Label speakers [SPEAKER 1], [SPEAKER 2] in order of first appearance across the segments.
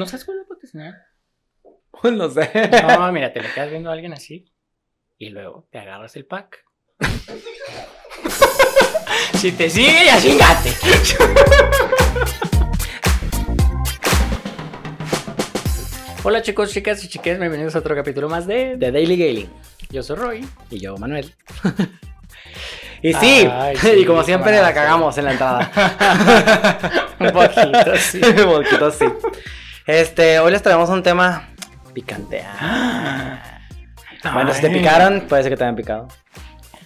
[SPEAKER 1] ¿No sabes cuál es la patrocinada?
[SPEAKER 2] No sé.
[SPEAKER 1] Pues No, mira, te le quedas viendo a alguien así y luego te agarras el pack. si te sigue, ya chingate. Hola chicos, chicas y chiques, bienvenidos a otro capítulo más de...
[SPEAKER 2] De Daily Galing.
[SPEAKER 1] Yo soy Roy.
[SPEAKER 2] Y yo, Manuel. y sí,
[SPEAKER 1] Ay, sí,
[SPEAKER 2] y como siempre
[SPEAKER 1] manazo.
[SPEAKER 2] la cagamos en la entrada.
[SPEAKER 1] Un poquito, sí.
[SPEAKER 2] Un poquito así. Este, hoy les traemos un tema picante. Ah, Bueno, si te picaron, puede ser que te hayan picado.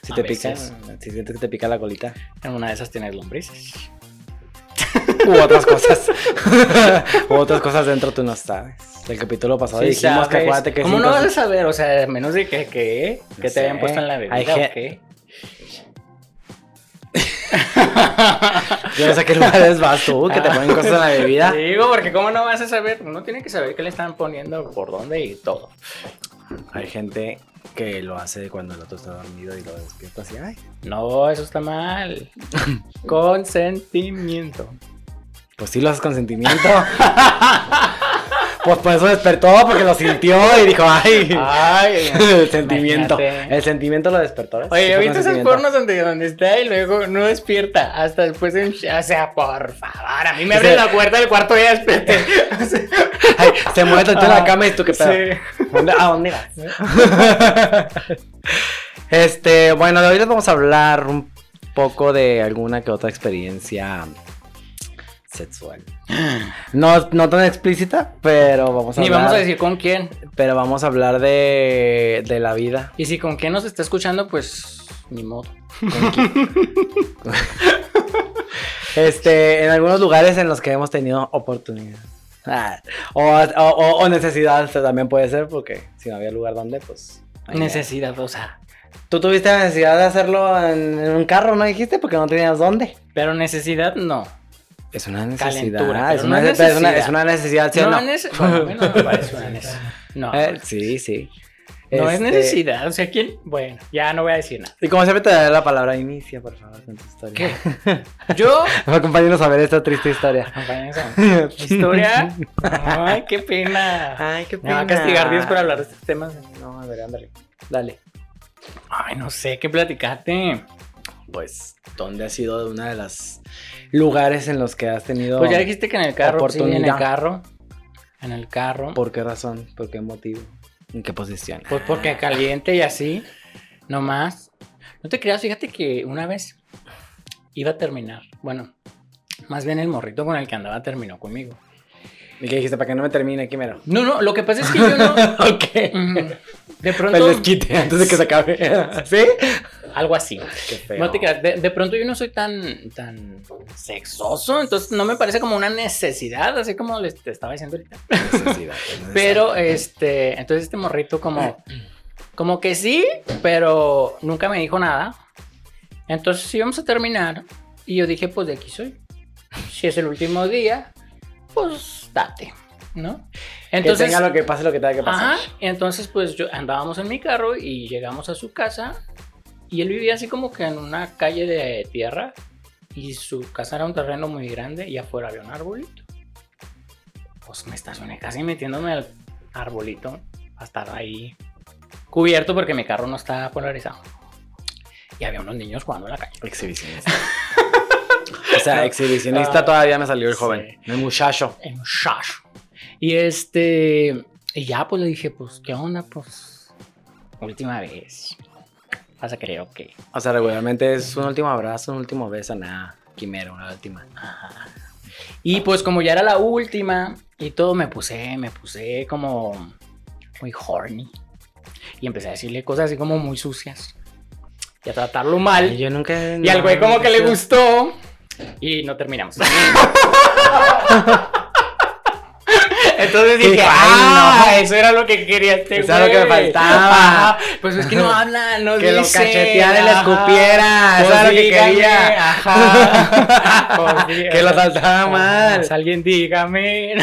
[SPEAKER 2] Si
[SPEAKER 1] A
[SPEAKER 2] te
[SPEAKER 1] veces.
[SPEAKER 2] pican, si sientes que te pica la colita.
[SPEAKER 1] En una de esas tienes lombrices.
[SPEAKER 2] U otras cosas. U otras cosas dentro tú no sabes. El capítulo pasado
[SPEAKER 1] Sí,
[SPEAKER 2] dijimos que
[SPEAKER 1] sabes.
[SPEAKER 2] acuérdate que
[SPEAKER 1] ¿Cómo
[SPEAKER 2] sí,
[SPEAKER 1] no vas a
[SPEAKER 2] entonces-
[SPEAKER 1] saber? O sea, a menos de que, que,
[SPEAKER 2] No
[SPEAKER 1] que te hayan
[SPEAKER 2] sé.
[SPEAKER 1] puesto en la
[SPEAKER 2] Hay
[SPEAKER 1] bebida o
[SPEAKER 2] gen-
[SPEAKER 1] qué.
[SPEAKER 2] Yo no sé a qué lugares vas tú, que te
[SPEAKER 1] Ah.
[SPEAKER 2] ponen cosas en la bebida.
[SPEAKER 1] Te digo, porque cómo no vas a saber, uno tiene que saber qué le están poniendo, por dónde y todo.
[SPEAKER 2] Hay gente que lo hace cuando el otro está dormido y lo despierta así, ay,
[SPEAKER 1] No, eso está mal. Consentimiento.
[SPEAKER 2] pues sí lo haces con sentimiento. pues por eso despertó, porque lo sintió y dijo, ay,
[SPEAKER 1] Ah, Ay,
[SPEAKER 2] el sentimiento.
[SPEAKER 1] imagínate.
[SPEAKER 2] El sentimiento lo despertó. ¿ves? Sí
[SPEAKER 1] Oye,
[SPEAKER 2] fue
[SPEAKER 1] ¿viste
[SPEAKER 2] con
[SPEAKER 1] esos
[SPEAKER 2] sentimiento.
[SPEAKER 1] pornos donde, donde está y luego no despierta? Hasta después de un... ch- O sea, por favor, a mí me abren
[SPEAKER 2] Ese-
[SPEAKER 1] la puerta del cuarto y ya desperté. O sea,
[SPEAKER 2] Ay, se mueve tanto en la
[SPEAKER 1] Ah,
[SPEAKER 2] cama y tú qué pedo.
[SPEAKER 1] sí.
[SPEAKER 2] ¿Dónde- ¿A dónde vas? este, bueno, de hoy les vamos a hablar un poco de alguna que otra experiencia sexual. No, no tan explícita, pero vamos a
[SPEAKER 1] Ni
[SPEAKER 2] hablar.
[SPEAKER 1] vamos a decir con quién.
[SPEAKER 2] Pero vamos a hablar de, de la vida.
[SPEAKER 1] Y si con quién nos está escuchando, pues ni modo.
[SPEAKER 2] Este, en algunos lugares en los que hemos tenido oportunidad. Ah, O, o, o- o necesidad, o sea, también puede ser, porque si no había lugar donde, pues. ahí ya.
[SPEAKER 1] Necesidad, o sea.
[SPEAKER 2] Tú tuviste la necesidad de hacerlo en, en un carro, ¿no dijiste? Porque no tenías dónde.
[SPEAKER 1] Pero necesidad no.
[SPEAKER 2] Es una
[SPEAKER 1] necesidad,
[SPEAKER 2] Calentura, es,
[SPEAKER 1] es
[SPEAKER 2] una,
[SPEAKER 1] una
[SPEAKER 2] es una- es una
[SPEAKER 1] necesidad.
[SPEAKER 2] necesidad. ¿sí o
[SPEAKER 1] es.
[SPEAKER 2] no?
[SPEAKER 1] Bueno, a mí no me parece una necesidad. No.
[SPEAKER 2] Eh, sí, sí.
[SPEAKER 1] No es
[SPEAKER 2] Este,
[SPEAKER 1] necesidad. O sea, ¿quién? Bueno, ya no voy a decir nada.
[SPEAKER 2] Y como siempre te daré la palabra, inicia, por favor, con tu historia.
[SPEAKER 1] Yo.
[SPEAKER 2] Acompáñenos a ver esta triste historia.
[SPEAKER 1] Acompáñenos a Historia. Ay, qué pena.
[SPEAKER 2] Ay, qué
[SPEAKER 1] Me va a castigar Dios por hablar de estos temas.
[SPEAKER 2] No, a ver, ándale. Dale.
[SPEAKER 1] Ay, no sé qué platicarte.
[SPEAKER 2] Pues, ¿dónde has sido de una de las lugares en los que has tenido?
[SPEAKER 1] Pues ya dijiste que en el carro. Sí, en el
[SPEAKER 2] Oportunidad.
[SPEAKER 1] carro. En el carro.
[SPEAKER 2] ¿Por qué razón? ¿Por qué motivo? ¿En qué posición?
[SPEAKER 1] Pues porque caliente y así, nomás. No te creas, fíjate que una vez iba a terminar. Bueno, más bien el morrito con el que andaba terminó conmigo.
[SPEAKER 2] ¿Y qué dijiste? Para que no me termine aquí, mero.
[SPEAKER 1] No, no, lo que pasa es que yo no.
[SPEAKER 2] ok.
[SPEAKER 1] Mm, De
[SPEAKER 2] Pues les
[SPEAKER 1] pronto,
[SPEAKER 2] quite antes de que se acabe. ¿Sí?
[SPEAKER 1] algo así.
[SPEAKER 2] Qué feo.
[SPEAKER 1] No te creas, de, de pronto yo no soy tan, tan sexoso, entonces no me parece como una necesidad, así como les te estaba diciendo ahorita.
[SPEAKER 2] Necesidad,
[SPEAKER 1] Pero este, entonces este morrito como, como que sí, pero nunca me dijo nada. Entonces íbamos a terminar y yo dije, pues de aquí soy. Si es el último día, pues date, ¿no?
[SPEAKER 2] Entonces,
[SPEAKER 1] Entonces,
[SPEAKER 2] que tenga lo que pase lo que tenga que pasar.
[SPEAKER 1] ajá, y entonces pues yo andábamos en mi carro y llegamos a su casa y él vivía así como que en una calle de tierra y su casa era un terreno muy grande y afuera había un arbolito. Pues me estacioné casi metiéndome al arbolito a estar ahí cubierto porque mi carro no estaba polarizado. Y había unos niños jugando en la calle.
[SPEAKER 2] Exhibicionista. o sea, exhibicionista
[SPEAKER 1] Ah,
[SPEAKER 2] todavía me salió el joven. El muchacho.
[SPEAKER 1] el muchacho. Y este, y ya pues le dije, pues, ¿qué onda? Pues, última vez. Vas a creer, ok.
[SPEAKER 2] O sea, regularmente es un último abrazo, un último beso, nada. Quimera, una última.
[SPEAKER 1] Y pues como ya era la última y todo, me puse, me puse como muy horny. Y empecé a decirle cosas así como muy sucias. Y a tratarlo mal.
[SPEAKER 2] Yo nunca.
[SPEAKER 1] Y al güey como que le
[SPEAKER 2] gusta
[SPEAKER 1] gustó. Y no terminamos. Entonces
[SPEAKER 2] Y
[SPEAKER 1] dije,
[SPEAKER 2] dije,
[SPEAKER 1] ah,
[SPEAKER 2] "Ay, no".
[SPEAKER 1] eso era lo que quería este
[SPEAKER 2] Eso era lo
[SPEAKER 1] güey".
[SPEAKER 2] que me faltaba.
[SPEAKER 1] Ajá, Pues es que no habla, no
[SPEAKER 2] Que lo
[SPEAKER 1] dice,
[SPEAKER 2] cacheteara y le
[SPEAKER 1] ajá.
[SPEAKER 2] escupiera. Eso
[SPEAKER 1] Pues
[SPEAKER 2] era lo que
[SPEAKER 1] dígame,
[SPEAKER 2] quería.
[SPEAKER 1] Ajá. Pues sí,
[SPEAKER 2] que lo
[SPEAKER 1] ajá.
[SPEAKER 2] saltaba Ah, mal.
[SPEAKER 1] Pues alguien dígame.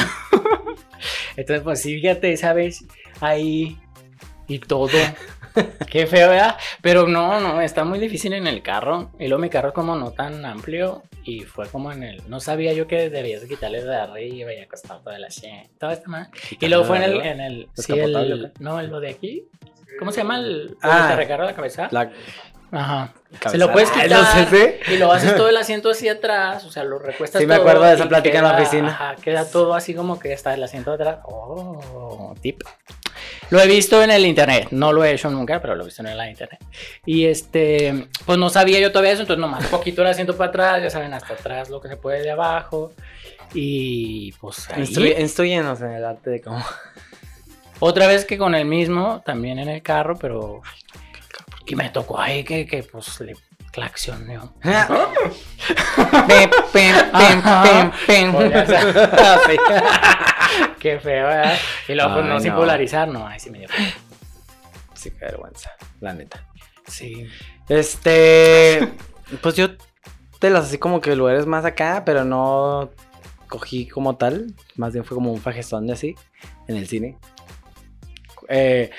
[SPEAKER 1] Entonces, pues sí, fíjate, ¿sabes? Ahí y todo. Qué feo, ¿verdad? Pero no, no, está muy difícil en el carro. Y luego mi carro es como no tan amplio. Y fue como en el. No sabía yo que debías quitarle de arriba y acostar toda la shit. Todo esto más. Y luego fue en el. En el sí,
[SPEAKER 2] ¿Descapotable
[SPEAKER 1] el-
[SPEAKER 2] o
[SPEAKER 1] no, lo de aquí. ¿Cómo se llama? El,
[SPEAKER 2] Ah.
[SPEAKER 1] donde te recarga la cabeza.
[SPEAKER 2] La
[SPEAKER 1] Ajá.
[SPEAKER 2] cabeza-
[SPEAKER 1] Se lo puedes
[SPEAKER 2] Ah,
[SPEAKER 1] quitar.
[SPEAKER 2] lo sé, sí.
[SPEAKER 1] Y lo haces todo el asiento hacia atrás, o sea, lo recuestas
[SPEAKER 2] Sí, me
[SPEAKER 1] todo
[SPEAKER 2] acuerdo de
[SPEAKER 1] y
[SPEAKER 2] esa plática en la oficina.
[SPEAKER 1] ajá, queda todo así como que está el asiento atrás. Oh, tip. Lo he visto en el internet, no lo he hecho nunca, pero lo he visto en la internet. Y este, pues no sabía yo todavía eso, entonces nomás poquito el asiento para atrás, ya saben, hasta atrás lo que se puede de abajo. Y pues ahí.
[SPEAKER 2] Instruye- Instruyenos en el arte de cómo.
[SPEAKER 1] Otra vez que con el mismo, también en el carro, pero. Y me tocó ahí que, que pues le claxoneó.
[SPEAKER 2] Pim, pim, pim,
[SPEAKER 1] Ajá.
[SPEAKER 2] pim, pim.
[SPEAKER 1] Pues, ya Qué feo, ¿verdad? Y luego, pues,
[SPEAKER 2] Ay,
[SPEAKER 1] no, sin
[SPEAKER 2] no.
[SPEAKER 1] polarizar, no, ahí sí me dio. feo.
[SPEAKER 2] Sí, qué vergüenza, la neta.
[SPEAKER 1] Sí.
[SPEAKER 2] Este, pues yo te las así como que lugares más acá, pero no cogí como tal. Más bien fue como un fajestón de así, en el cine. Eh,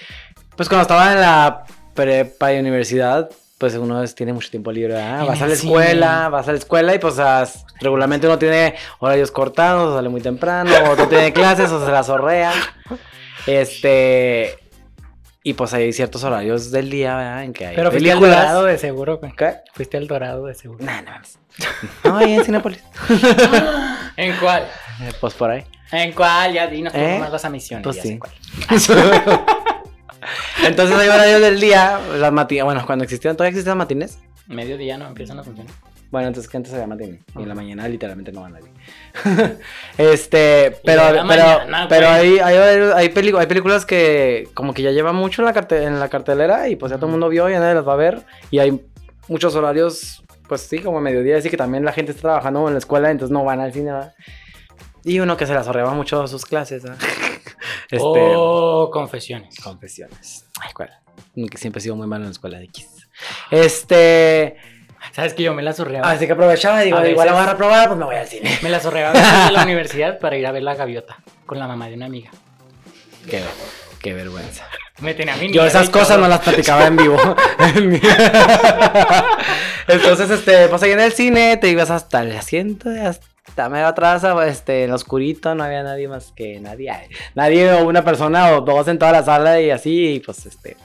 [SPEAKER 2] pues cuando estaba en la prepa y universidad, pues uno es- tiene mucho tiempo libre, ¿verdad?
[SPEAKER 1] En
[SPEAKER 2] Vas a
[SPEAKER 1] el
[SPEAKER 2] la
[SPEAKER 1] cine.
[SPEAKER 2] escuela, vas a la escuela y pues as- regularmente uno tiene horarios cortados, o sale muy temprano, o no tiene clases, o se la zorrea. Este... Y pues hay ciertos horarios del día, ¿verdad? En que hay
[SPEAKER 1] Pero fuiste al
[SPEAKER 2] películas.
[SPEAKER 1] dorado de seguro, güey.
[SPEAKER 2] ¿Qué?
[SPEAKER 1] Fuiste al dorado de seguro.
[SPEAKER 2] Nah, no mames. No, ahí en Cinépolis.
[SPEAKER 1] ¿En cuál?
[SPEAKER 2] Eh, pues por ahí.
[SPEAKER 1] ¿En cuál? Ya dinos tú
[SPEAKER 2] ¿Eh?
[SPEAKER 1] nomás vas a misiones.
[SPEAKER 2] Pues
[SPEAKER 1] ya
[SPEAKER 2] sí.
[SPEAKER 1] sé cuál.
[SPEAKER 2] Entonces hay horarios del día, las matines. Bueno, cuando existían, todavía existían matines.
[SPEAKER 1] Mediodía no empiezan a funcionar.
[SPEAKER 2] Bueno, entonces que antes había matines. Y en
[SPEAKER 1] Ajá.
[SPEAKER 2] la mañana literalmente no va nadie. este, pero,
[SPEAKER 1] de
[SPEAKER 2] pero,
[SPEAKER 1] la mañana, pues.
[SPEAKER 2] pero hay,
[SPEAKER 1] güey.
[SPEAKER 2] hay, horarios- hay, pelicu- hay películas que como que ya llevan mucho en la, carte- en la cartelera y pues ya todo el
[SPEAKER 1] Ujú.
[SPEAKER 2] mundo vio y ya nadie las va a ver. Y hay muchos horarios, pues sí, como mediodía, así que también la gente está trabajando en la escuela, entonces no van al cine. ¿verdad? Y uno que se las sorreaba mucho sus clases. ¿verdad? este,
[SPEAKER 1] Oh, confesiones.
[SPEAKER 2] Confesiones. Ay, cuál. Nunca- Siempre he sido muy malo en la escuela de X. Este.
[SPEAKER 1] ¿Sabes que yo me la sorreaba?
[SPEAKER 2] Ah, Así que aprovechaba y digo,
[SPEAKER 1] A
[SPEAKER 2] igual
[SPEAKER 1] veces-
[SPEAKER 2] la voy a reprobar, pues me voy al cine.
[SPEAKER 1] Me la sorreaba en la universidad para ir a ver la gaviota con la mamá de una amiga.
[SPEAKER 2] Qué, qué vergüenza.
[SPEAKER 1] Me tenía a mí.
[SPEAKER 2] Yo esas cosas no las platicaba en vivo. Entonces, este, pues ahí en el cine te ibas hasta el asiento de hasta mero atrás, este, en lo oscurito, no había nadie más que nadie. ay, Nadie o una persona o dos en toda la sala y así, y pues este.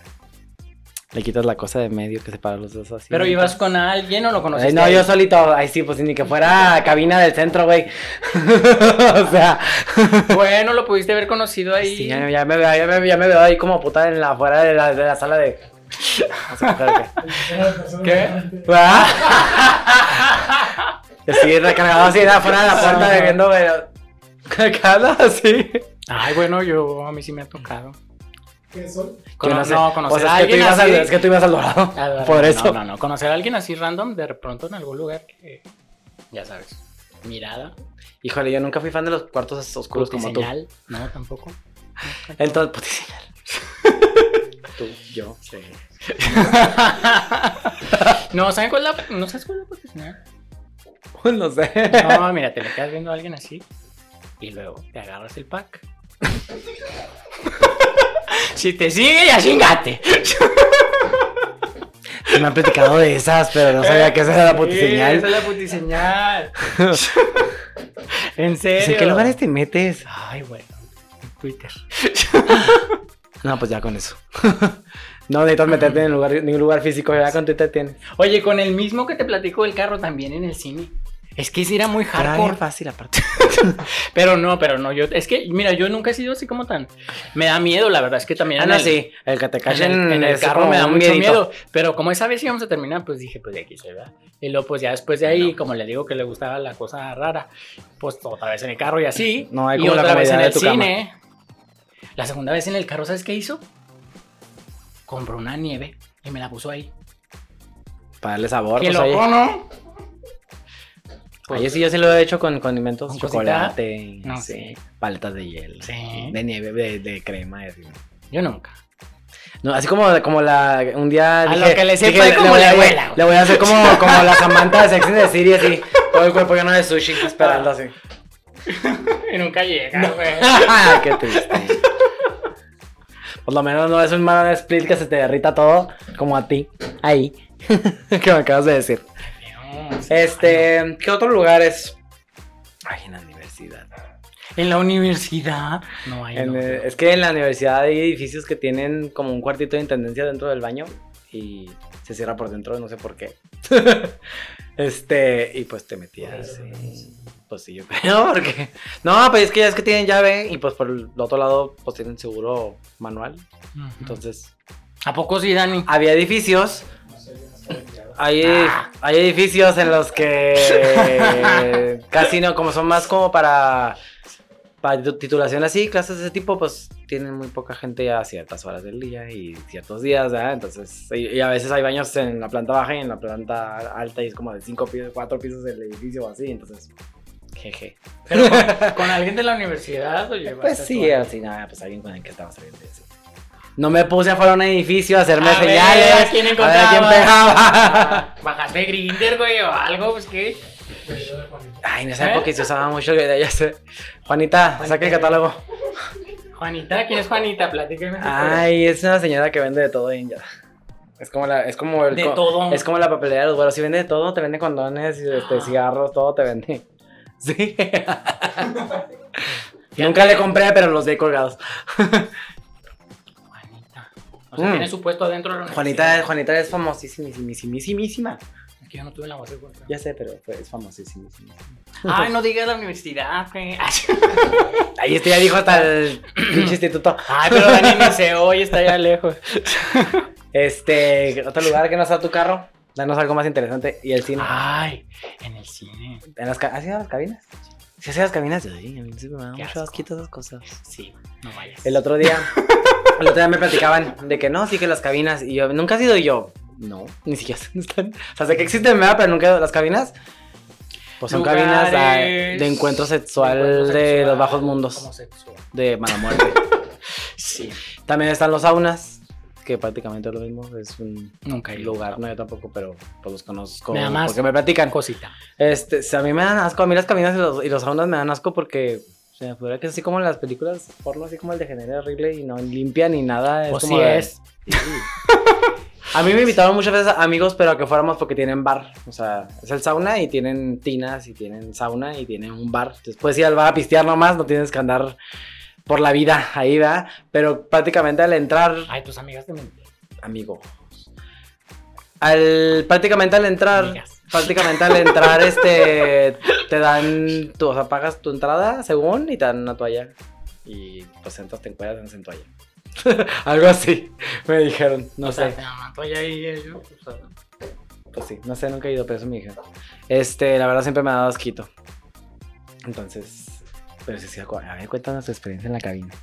[SPEAKER 2] Le quitas la cosa de medio que separa los dos así.
[SPEAKER 1] Pero ibas con alguien o lo
[SPEAKER 2] Ay,
[SPEAKER 1] conociste.
[SPEAKER 2] no,
[SPEAKER 1] ahí?
[SPEAKER 2] yo solito. Ay, sí, pues ni que fuera cabina del centro, güey. o sea,
[SPEAKER 1] Bueno, lo pudiste haber conocido ahí.
[SPEAKER 2] sí, ya, ya me, veo- ya, me, ya me veo ahí como putada en la afuera de la, de la sala de. No sé, mujer, ¿qué?
[SPEAKER 1] ¿Qué?
[SPEAKER 2] ¿Verdad? Así recargado así de afuera de la puerta
[SPEAKER 1] Ajá.
[SPEAKER 2] bebiendo, güey. Recargado así.
[SPEAKER 1] Ay, bueno, yo a mí sí me ha tocado.
[SPEAKER 3] ¿Qué son?
[SPEAKER 1] Cono-
[SPEAKER 2] Yo
[SPEAKER 1] no,
[SPEAKER 2] sé.
[SPEAKER 1] conocer
[SPEAKER 2] O sea,
[SPEAKER 1] a
[SPEAKER 2] es que, tú
[SPEAKER 1] alguien
[SPEAKER 2] ibas
[SPEAKER 1] así.
[SPEAKER 2] al, es que tú ibas al dorado.
[SPEAKER 1] Ah, vale,
[SPEAKER 2] Por
[SPEAKER 1] no,
[SPEAKER 2] eso.
[SPEAKER 1] No, no, no. Conocer a alguien así random de pronto en algún lugar que. Ya sabes. Mirada.
[SPEAKER 2] Híjole, yo nunca fui fan de los cuartos oscuros como tú.
[SPEAKER 1] señal. No, tampoco.
[SPEAKER 2] Entonces, pues, señal. tú, yo, sí.
[SPEAKER 1] No, ¿saben cuál es la.? ¿No sabes cuál es la señal?
[SPEAKER 2] Pues, No sé.
[SPEAKER 1] No, mira, te me quedas viendo a alguien así. Y luego te agarras el pack. si te sigue, ya chingate.
[SPEAKER 2] Sí me han platicado de esas, pero no sabía que esa era la
[SPEAKER 1] Sí, Esa
[SPEAKER 2] putiseñal.
[SPEAKER 1] es la putiseñal. en serio.
[SPEAKER 2] ¿En qué lugares te metes?
[SPEAKER 1] Ay, bueno. En Twitter.
[SPEAKER 2] No, pues ya con eso. no necesitas meterte en lugar, ningún lugar físico, ya con Twitter tienes.
[SPEAKER 1] Oye, con el mismo que te platico del carro también en el cine. Es que sí era muy
[SPEAKER 2] Era bien
[SPEAKER 1] hardcore.
[SPEAKER 2] fácil aparte.
[SPEAKER 1] Pero no, pero no. Yo, es que, mira, yo nunca he sido así como tan. Me da miedo, la verdad. Es que también.
[SPEAKER 2] Ah,
[SPEAKER 1] en
[SPEAKER 2] no,
[SPEAKER 1] el-
[SPEAKER 2] sí. El que te
[SPEAKER 1] En
[SPEAKER 2] cachen
[SPEAKER 1] el, en el
[SPEAKER 2] es
[SPEAKER 1] carro
[SPEAKER 2] como
[SPEAKER 1] me da
[SPEAKER 2] un
[SPEAKER 1] mucho
[SPEAKER 2] miedito.
[SPEAKER 1] miedo. Pero como esa vez íbamos a terminar, pues dije, pues de aquí soy, ¿verdad? Y luego, pues ya después de ahí,
[SPEAKER 2] No.
[SPEAKER 1] como le digo que le gustaba la cosa rara, pues otra vez en el carro y así.
[SPEAKER 2] No, hay
[SPEAKER 1] y
[SPEAKER 2] como la
[SPEAKER 1] otra vez en
[SPEAKER 2] comodidad
[SPEAKER 1] el
[SPEAKER 2] de tu cama.
[SPEAKER 1] cine. La segunda vez en el carro, ¿sabes qué hizo? Compró una nieve y me la puso ahí.
[SPEAKER 2] Para darle sabor,
[SPEAKER 1] ¡Qué
[SPEAKER 2] pues oye.
[SPEAKER 1] loco, no!
[SPEAKER 2] Oye, sí, yo sí lo he hecho con, con inventos.
[SPEAKER 1] Con
[SPEAKER 2] chocolate,
[SPEAKER 1] No
[SPEAKER 2] sí,
[SPEAKER 1] sé.
[SPEAKER 2] paletas de hielo,
[SPEAKER 1] Sí.
[SPEAKER 2] de nieve, de, de crema y así.
[SPEAKER 1] Yo nunca.
[SPEAKER 2] No, así como, como la, un día
[SPEAKER 1] A
[SPEAKER 2] dije,
[SPEAKER 1] lo que le sepa
[SPEAKER 2] dije,
[SPEAKER 1] y como
[SPEAKER 2] voy a-
[SPEAKER 1] le huela.
[SPEAKER 2] Le voy a hacer como, como la Samantha de Sex and the City, así, todo el cuerpo lleno de sushi,
[SPEAKER 1] Ah.
[SPEAKER 2] esperando así.
[SPEAKER 1] Y nunca llega, güey.
[SPEAKER 2] Ay, qué triste. Por lo menos no es un mal split que se te derrita todo como a ti. Ahí. que me acabas de decir.
[SPEAKER 1] Feo. No, sí,
[SPEAKER 2] Este, ¿qué otro lugar es? Ay, en la universidad.
[SPEAKER 1] En la universidad. No, ahí
[SPEAKER 2] En,
[SPEAKER 1] no.
[SPEAKER 2] eh, es que en la universidad hay edificios que tienen como un cuartito de intendencia dentro del baño y se cierra por dentro, no sé por qué. este, y pues te metías. y, pues sí, yo creo, porque. No, pues es que ya es que tienen llave y pues por el otro lado, pues tienen seguro manual.
[SPEAKER 1] Ujú.
[SPEAKER 2] Entonces,
[SPEAKER 1] ¿A poco sí, Dani?
[SPEAKER 2] había edificios. Hay,
[SPEAKER 1] Ah.
[SPEAKER 2] hay edificios en los que casi no, como son más como para, para tu- titulación así, clases de ese tipo, pues tienen muy poca gente a ciertas horas del día y ciertos días, ¿verdad? Entonces, y, y a veces hay baños en la planta baja y en la planta alta y es como de cinco pisos, cuatro pisos el edificio o así, entonces, jeje.
[SPEAKER 1] Pero con, con alguien de la universidad o llevaste
[SPEAKER 2] Pues
[SPEAKER 1] a tu
[SPEAKER 2] sí,
[SPEAKER 1] amigo?
[SPEAKER 2] así nada, pues alguien con el que estaba saliendo. sí. No me puse afuera de un edificio a hacerme
[SPEAKER 1] A ver, ¿a
[SPEAKER 2] señales.
[SPEAKER 1] quién
[SPEAKER 2] A ver quién
[SPEAKER 1] encontrabas?
[SPEAKER 2] pegaba.
[SPEAKER 1] Ah, Bajaste Grinder, güey, o algo, pues qué.
[SPEAKER 2] Ay, no
[SPEAKER 1] ¿Eh?
[SPEAKER 2] sé porque se usaba mucho el ya sé. Juanita, saca el catálogo.
[SPEAKER 1] Juanita, ¿quién es Juanita? Platíqueme. su historia.
[SPEAKER 2] Ay, es una señora que vende de todo en ya. Es como la, es como el
[SPEAKER 1] De
[SPEAKER 2] co-
[SPEAKER 1] todo. Ah.
[SPEAKER 2] Es como la papelera de los güeros. Si vende de todo, te vende condones, este, cigarros, todo te vende. Sí. Nunca le compré, pero los de colgados.
[SPEAKER 1] Juanita. O sea,
[SPEAKER 2] Mm.
[SPEAKER 1] tiene su puesto adentro de la
[SPEAKER 2] Juanita, Juanita es famosísimísimísimísima.
[SPEAKER 1] Es que yo no tuve la voz de Juanita.
[SPEAKER 2] Ya sé, pero es famosísima.
[SPEAKER 1] Ay, no digas la universidad, güey.
[SPEAKER 2] Ahí este ya dijo hasta el pinche instituto.
[SPEAKER 1] Ay, pero Dani ni se oye, está allá lejos.
[SPEAKER 2] Este, otro lugar que no está tu carro. Danos algo más interesante. Y el cine.
[SPEAKER 1] Ay, en el cine.
[SPEAKER 2] ¿En las ca- ¿Has ido a las cabinas? ¿Sí has ido a las cabinas? Sí, a mí sí me dan
[SPEAKER 1] Qué
[SPEAKER 2] mucho
[SPEAKER 1] asco.
[SPEAKER 2] asquito esas cosas.
[SPEAKER 1] Sí, no vayas.
[SPEAKER 2] El otro día, el otro día me platicaban de que no, sí que las cabinas. Y yo, ¿nunca has ido? Y yo, no, ni siquiera sé dónde están. O sea, sé que existen, ¿verdad? Pero nunca he ido a las cabinas. Pues son cabinas ah,
[SPEAKER 1] Lugares
[SPEAKER 2] de encuentro sexual de,
[SPEAKER 1] encuentro
[SPEAKER 2] los
[SPEAKER 1] sexual,
[SPEAKER 2] bajos mundos,
[SPEAKER 1] homosexual.
[SPEAKER 2] de mala muerte.
[SPEAKER 1] Sí,
[SPEAKER 2] También están los saunas, que prácticamente es lo mismo. Es un
[SPEAKER 1] nunca he ido.
[SPEAKER 2] lugar, no, yo tampoco, pero pues los conozco.
[SPEAKER 1] Me da más
[SPEAKER 2] Porque me platican.
[SPEAKER 1] Cosita.
[SPEAKER 2] Este, si a mí me dan asco, a mí las cabinas y los, y los saunas me dan asco porque se me figura que es así como en las películas porno, así como el de Genera horrible y no limpia ni nada.
[SPEAKER 1] Pues
[SPEAKER 2] como
[SPEAKER 1] sí
[SPEAKER 2] de-
[SPEAKER 1] es.
[SPEAKER 2] Sí. A mí me invitaron muchas veces amigos, pero a que fuéramos porque tienen bar. O sea, es el sauna y tienen tinas y tienen sauna y tienen un bar. Entonces puedes ir al bar a pistear nomás, no tienes que andar por la vida ahí, ¿verdad? Pero prácticamente al entrar
[SPEAKER 1] Ay, tus amigas te mintieron.
[SPEAKER 2] amigo. Al, prácticamente al entrar,
[SPEAKER 1] Amigas.
[SPEAKER 2] prácticamente al entrar, este, te dan, tu, o sea, pagas tu entrada según y te dan una toalla. Y pues entras, te encuentras, en toalla. Algo así, me dijeron, no
[SPEAKER 1] O
[SPEAKER 2] sé,
[SPEAKER 1] sea, te mató ya y ellos. eh, o sea,
[SPEAKER 2] pues sí, no sé, nunca he ido, pero eso me dijeron. Este, la verdad siempre me ha dado asquito. Entonces, pero sí, sí, acu- a ver, cuéntanos tu experiencia en la cabina.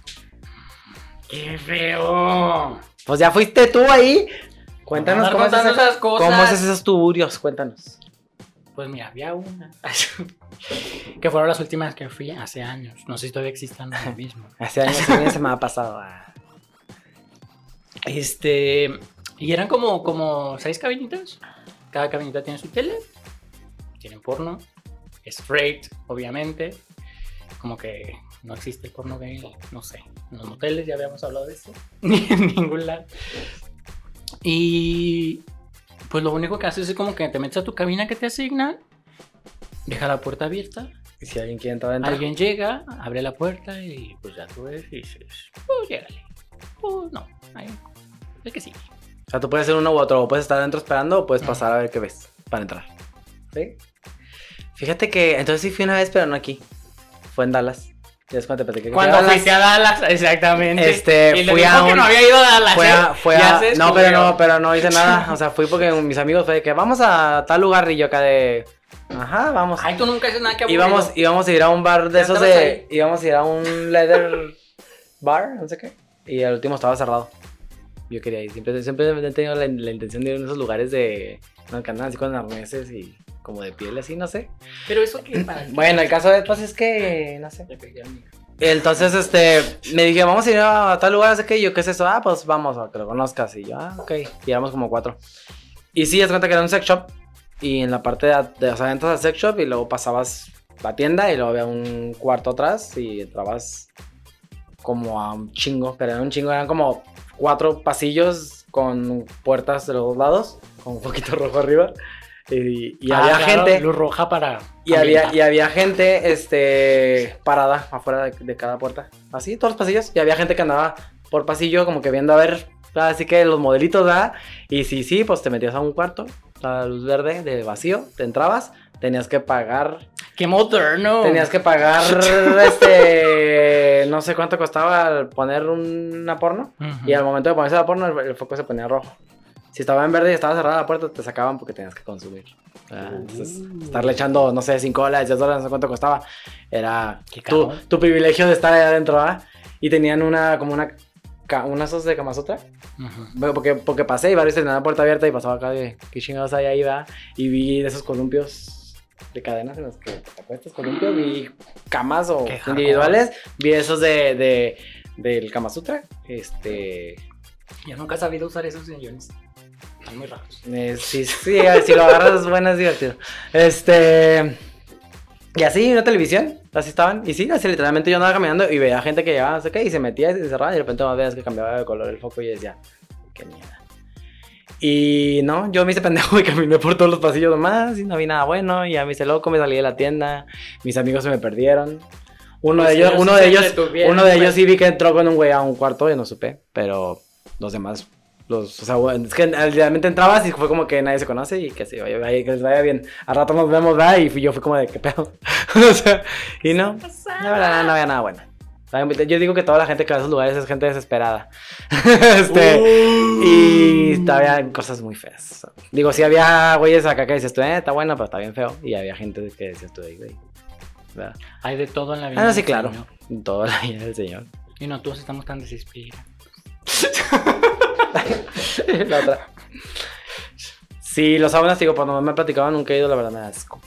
[SPEAKER 1] ¡Qué feo!
[SPEAKER 2] Pues ya fuiste tú ahí, cuéntanos
[SPEAKER 1] Andar
[SPEAKER 2] cómo es,
[SPEAKER 1] contando
[SPEAKER 2] esa-
[SPEAKER 1] esas cosas.
[SPEAKER 2] cómo es esos tuburios, cuéntanos.
[SPEAKER 1] Pues mira, había una. que fueron las últimas que fui hace años. No sé si todavía existan ahora mismo.
[SPEAKER 2] Hace años también se me ha pasado. ah.
[SPEAKER 1] Este. Y eran como, como seis cabinitas. Cada cabinita tiene su tele. Tienen porno. Straight, obviamente. Como que no existe el porno gay, no sé. En los moteles ya habíamos hablado de esto. Ni en ningún lado. Y. Pues lo único que haces es como que te metes a tu cabina que te asignan. Deja la puerta abierta.
[SPEAKER 2] Y si alguien quiere entrar, entra.
[SPEAKER 1] Alguien llega, abre la puerta y pues ya tú ves y dices, pues llégale. Pues no, ahí, el que sigue.
[SPEAKER 2] O sea, tú puedes ser uno u otro. O puedes estar adentro esperando o puedes pasar a ver qué ves para entrar. ¿Sí? Fíjate que entonces sí fui una vez, pero no aquí. Fue en Dallas. Ya es cuando te platiqué que fui a
[SPEAKER 1] Cuando
[SPEAKER 2] Dallas.
[SPEAKER 1] fuiste a Dallas, exactamente.
[SPEAKER 2] Este,
[SPEAKER 1] y le
[SPEAKER 2] fui
[SPEAKER 1] dijo
[SPEAKER 2] a
[SPEAKER 1] que
[SPEAKER 2] un-
[SPEAKER 1] no había ido a Dallas.
[SPEAKER 2] Fue a,
[SPEAKER 1] ¿eh?
[SPEAKER 2] fue
[SPEAKER 1] Ya
[SPEAKER 2] a-
[SPEAKER 1] se
[SPEAKER 2] no, pero no,
[SPEAKER 1] descubrió.
[SPEAKER 2] pero no hice nada. O sea, fui porque mis amigos fue de que vamos a tal lugar y yo acá de. Ajá, vamos.
[SPEAKER 1] Ay, tú nunca haces nada que aburrido.
[SPEAKER 2] íbamos, íbamos a ir a un bar de
[SPEAKER 1] Ya
[SPEAKER 2] esos
[SPEAKER 1] estabas
[SPEAKER 2] de. Íbamos a ir a un leather bar, no sé qué. Y al último estaba cerrado. Yo quería ir. Siempre, siempre he tenido la, la intención de ir a esos lugares de. No, que andan así con arneses y como de piel así, no sé.
[SPEAKER 1] Pero eso que para qué?
[SPEAKER 2] Bueno, el caso de pues es que. No sé.
[SPEAKER 1] Le pegué al micro.
[SPEAKER 2] Entonces, este, me dije, vamos a ir a tal lugar, así que yo, ¿qué es eso? Ah, pues vamos, a que lo conozcas. Y yo, ah, ok. Y éramos como cuatro. Y sí, es cuenta que era un sex shop. Y en la parte de, at- de- o sea, entras al sex shop y luego pasabas la tienda y luego había un cuarto atrás y entrabas como a un chingo, pero era un chingo, eran como cuatro pasillos con puertas de los dos lados, con un poquito rojo arriba. Y, y
[SPEAKER 1] Ah,
[SPEAKER 2] había
[SPEAKER 1] claro,
[SPEAKER 2] gente.
[SPEAKER 1] Luz roja para.
[SPEAKER 2] Y había,
[SPEAKER 1] ambientar.
[SPEAKER 2] y había gente este, parada afuera de, de cada puerta. Así, todos los pasillos. Y había gente que andaba por pasillo, como que viendo a ver. ah, Así que los modelitos, da Y si sí, pues te metías a un cuarto, la luz verde de vacío, te entrabas, tenías que pagar.
[SPEAKER 1] ¡Qué moderno!
[SPEAKER 2] Tenías que pagar, este. No sé cuánto costaba poner una porno.
[SPEAKER 1] Ujú.
[SPEAKER 2] Y al momento de ponerse la porno, el, el foco se ponía rojo. Si estaba en verde y estaba cerrada la puerta, te sacaban porque tenías que consumir. Ah, entonces,
[SPEAKER 1] Uh.
[SPEAKER 2] estarle echando, no sé, 5 dólares, 10 dólares, no sé cuánto costaba. Era
[SPEAKER 1] Qué
[SPEAKER 2] tu,
[SPEAKER 1] cabrón.
[SPEAKER 2] tu privilegio de estar ahí adentro, ¿ah? Y tenían una, como una, ca- una sos de Kamasutra.
[SPEAKER 1] Ujú.
[SPEAKER 2] Bueno, Porque, porque pasé y varios tenían la puerta abierta y pasaba acá de qué chingados hay ahí, va. Y vi de esos columpios de cadenas en los que te acuestas, columpios, vi camas o
[SPEAKER 1] Qué hardcore.
[SPEAKER 2] individuales, vi esos de, de, del Kamasutra. Este.
[SPEAKER 1] Yo nunca he sabido usar esos sillones. Están muy raros.
[SPEAKER 2] Eh, sí, sí, si lo agarras es bueno, es divertido. Este. Y así, una televisión, así estaban. Y sí, así literalmente yo andaba caminando y veía gente que llevaba, no sé qué, y se metía y se cerraba. Y de repente más veías que cambiaba de color el foco y yo decía, qué mierda. Y no, yo me hice pendejo y caminé por todos los pasillos nomás y no vi nada bueno. Y ya me hice loco, me salí de la tienda. Mis amigos se me perdieron. Uno
[SPEAKER 1] Pues
[SPEAKER 2] de ellos,
[SPEAKER 1] ellos
[SPEAKER 2] uno
[SPEAKER 1] sí
[SPEAKER 2] de
[SPEAKER 1] se
[SPEAKER 2] ellos,
[SPEAKER 1] entretuvieron,
[SPEAKER 2] uno de ellos
[SPEAKER 1] pues.
[SPEAKER 2] sí vi que entró con un güey a un cuarto, yo no supe, pero los demás los, o sea, bueno, es que realmente entrabas y fue como que nadie se conoce y que, se vaya, vaya- que les vaya bien. Al rato nos vemos, ¿verdad? Y fui- yo fui como de, ¿qué pedo? o sea, y no, la verdad, no había nada bueno. También, pues, Yo digo que toda la gente que va a esos lugares es gente desesperada. este, Y había cosas muy feas. Digo, sí había güeyes acá que decías tú, eh, está bueno, pero está bien feo. Y había gente que decías tú, "Ay, güey. ¿verdad?
[SPEAKER 1] pues. Hay de todo en la vida.
[SPEAKER 2] Ah, no, sí,
[SPEAKER 1] del
[SPEAKER 2] claro.
[SPEAKER 1] señor.
[SPEAKER 2] Todo la vida del señor.
[SPEAKER 1] Y no, todos estamos tan desesperados.
[SPEAKER 2] la otra. Sí, los saunas, digo, cuando me han platicado nunca he ido, la verdad me da asco.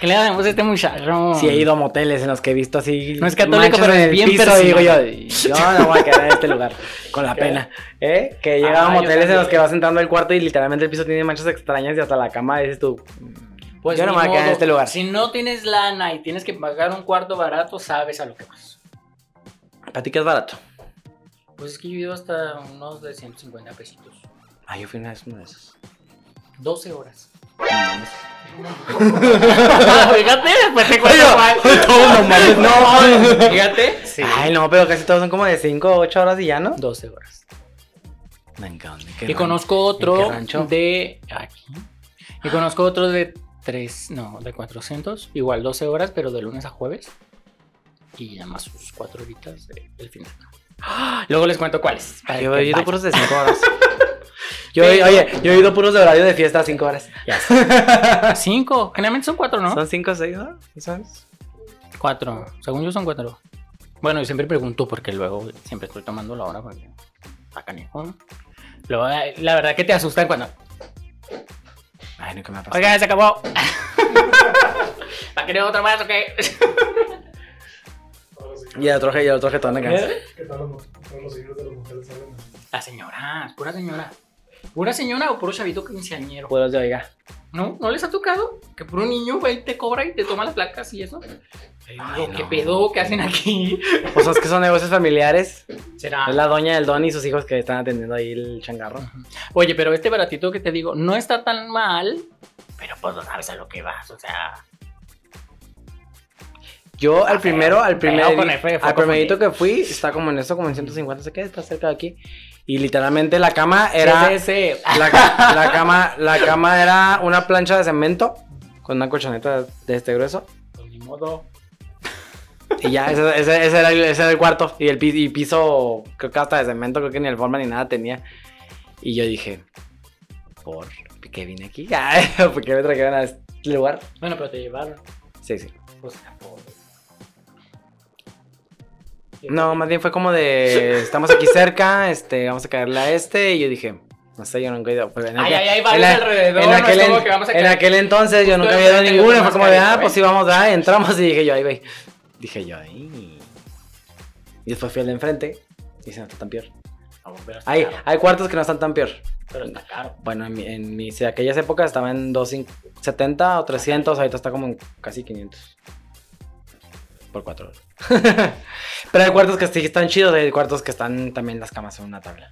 [SPEAKER 1] ¿Qué le damos a este muchacho?
[SPEAKER 2] Sí he ido a moteles en los que he visto así.
[SPEAKER 1] No es católico,
[SPEAKER 2] manchas
[SPEAKER 1] pero
[SPEAKER 2] en el
[SPEAKER 1] bien
[SPEAKER 2] piso,
[SPEAKER 1] personal.
[SPEAKER 2] digo yo, yo no voy a quedar en este lugar con la pena. ¿Eh? Que he llegado
[SPEAKER 1] Ah,
[SPEAKER 2] a
[SPEAKER 1] yo
[SPEAKER 2] moteles en los
[SPEAKER 1] también.
[SPEAKER 2] que vas entrando al cuarto y literalmente el piso tiene manchas extrañas y hasta la cama dices tú. yo no
[SPEAKER 1] Pues ni
[SPEAKER 2] me voy a quedar en
[SPEAKER 1] modo.
[SPEAKER 2] este lugar.
[SPEAKER 1] Si no tienes lana y tienes que pagar un cuarto barato, sabes a lo que vas.
[SPEAKER 2] ¿Para ti qué es barato?
[SPEAKER 1] Pues es que yo he ido hasta unos de 150 pesitos.
[SPEAKER 2] Ah, yo fui una vez uno de esos.
[SPEAKER 1] 12 horas.
[SPEAKER 2] No
[SPEAKER 1] Fíjate, pues te cuento cuál.
[SPEAKER 2] mames. No, no,
[SPEAKER 1] Fíjate. Sí.
[SPEAKER 2] Ay, no, pero casi todos son como de 5 o 8 horas y ya, ¿no?
[SPEAKER 1] 12 horas.
[SPEAKER 2] Me encanta.
[SPEAKER 1] Y conozco
[SPEAKER 2] ¿En
[SPEAKER 1] otro
[SPEAKER 2] qué rancho?
[SPEAKER 1] de. Aquí. Y conozco otro de 3. No, de 400. Igual 12 horas, pero de lunes a jueves. Y nada más sus 4 horitas de- del final. Luego les cuento cuáles. para
[SPEAKER 2] Yo
[SPEAKER 1] que
[SPEAKER 2] he ido
[SPEAKER 1] vayan.
[SPEAKER 2] puros de 5 horas. Yo, he- oye, yo he ido puros de horario de fiesta 5 horas.
[SPEAKER 1] Ya Cinco. Generalmente son cuatro, ¿no?
[SPEAKER 2] Son 5 o 6, ¿no? ¿Sabes?
[SPEAKER 1] Cuatro. Según yo son cuatro. Bueno, y siempre pregunto porque luego siempre estoy tomando la hora porque está canijo, ¿no? Luego, eh, la verdad que te asustan cuando.
[SPEAKER 2] Ay, nunca me ha pasado.
[SPEAKER 1] Oiga, se acabó. ¿Va a querer otra más o qué?
[SPEAKER 2] Y el otro, je- y el otro jetón acá.
[SPEAKER 3] que todos los, todos los hijos de las mujeres salen.
[SPEAKER 1] La señora, pura señora. ¿Pura señora o puro chavito quinceañero?
[SPEAKER 2] Puros de oiga.
[SPEAKER 1] ¿No? ¿No les ha tocado? Que puro niño va y te cobra y te toma las placas y eso.
[SPEAKER 2] Ay,
[SPEAKER 1] ¿Qué
[SPEAKER 2] no.
[SPEAKER 1] pedo? ¿Qué hacen aquí?
[SPEAKER 2] Pues es que son negocios familiares.
[SPEAKER 1] ¿Será?
[SPEAKER 2] Es la doña del don y sus hijos que están atendiendo ahí el changarro.
[SPEAKER 1] Oye, pero este baratito que te digo no está tan mal, pero pues no sabes a lo que vas, o sea.
[SPEAKER 2] Yo al primero, al
[SPEAKER 1] Feo
[SPEAKER 2] primer,
[SPEAKER 1] con F de foco
[SPEAKER 2] al primerito
[SPEAKER 1] fundido.
[SPEAKER 2] que fui, está como en esto, como en 150, no sé qué, está cerca de aquí. Y literalmente la cama era...
[SPEAKER 1] ¿Qué es ese?
[SPEAKER 2] La, ca- la cama, la cama era una plancha de cemento con una colchoneta de este grueso.
[SPEAKER 1] Pues ni modo.
[SPEAKER 2] Y ya, ese, ese- ese era, el, ese era el cuarto. Y el pi- y piso, creo que hasta de cemento, creo que ni el forma ni nada tenía. Y yo dije, ¿por qué vine aquí? ¿Por qué me trajeron a este lugar?
[SPEAKER 1] Bueno, pero te llevaron.
[SPEAKER 2] Sí, sí.
[SPEAKER 1] Pues tampoco.
[SPEAKER 2] No, más bien fue como de, estamos aquí cerca, este, vamos a caerle a este. Y yo dije, no sé, yo nunca he ido. Pues en
[SPEAKER 1] Ay,
[SPEAKER 2] aquel-
[SPEAKER 1] ay, ay,
[SPEAKER 2] en
[SPEAKER 1] varios
[SPEAKER 2] la-
[SPEAKER 1] alrededor.
[SPEAKER 2] en aquel,
[SPEAKER 1] no es
[SPEAKER 2] en,
[SPEAKER 1] como que vamos a
[SPEAKER 2] en
[SPEAKER 1] quedar-
[SPEAKER 2] aquel entonces yo
[SPEAKER 1] Justo
[SPEAKER 2] nunca había ido a
[SPEAKER 1] enfrente hay otro
[SPEAKER 2] ninguno. Fue
[SPEAKER 1] más
[SPEAKER 2] como de,
[SPEAKER 1] carito,
[SPEAKER 2] ah,
[SPEAKER 1] ¿eh?
[SPEAKER 2] pues sí, vamos, ah, entramos. Y dije yo, ahí, güey. Dije yo, ahí. Y después fui al de enfrente. Y se no está tan peor.
[SPEAKER 1] No, pero está
[SPEAKER 2] Hay,
[SPEAKER 1] caro,
[SPEAKER 2] hay cuartos que no están tan peor.
[SPEAKER 1] pero está caro.
[SPEAKER 2] Bueno, en, mi- en mis, aquellas épocas estaba en 270 o 300. Ahorita está como en casi 500. Por cuatro horas. Pero hay cuartos que sí están chidos. Hay cuartos que están también las camas en una tabla.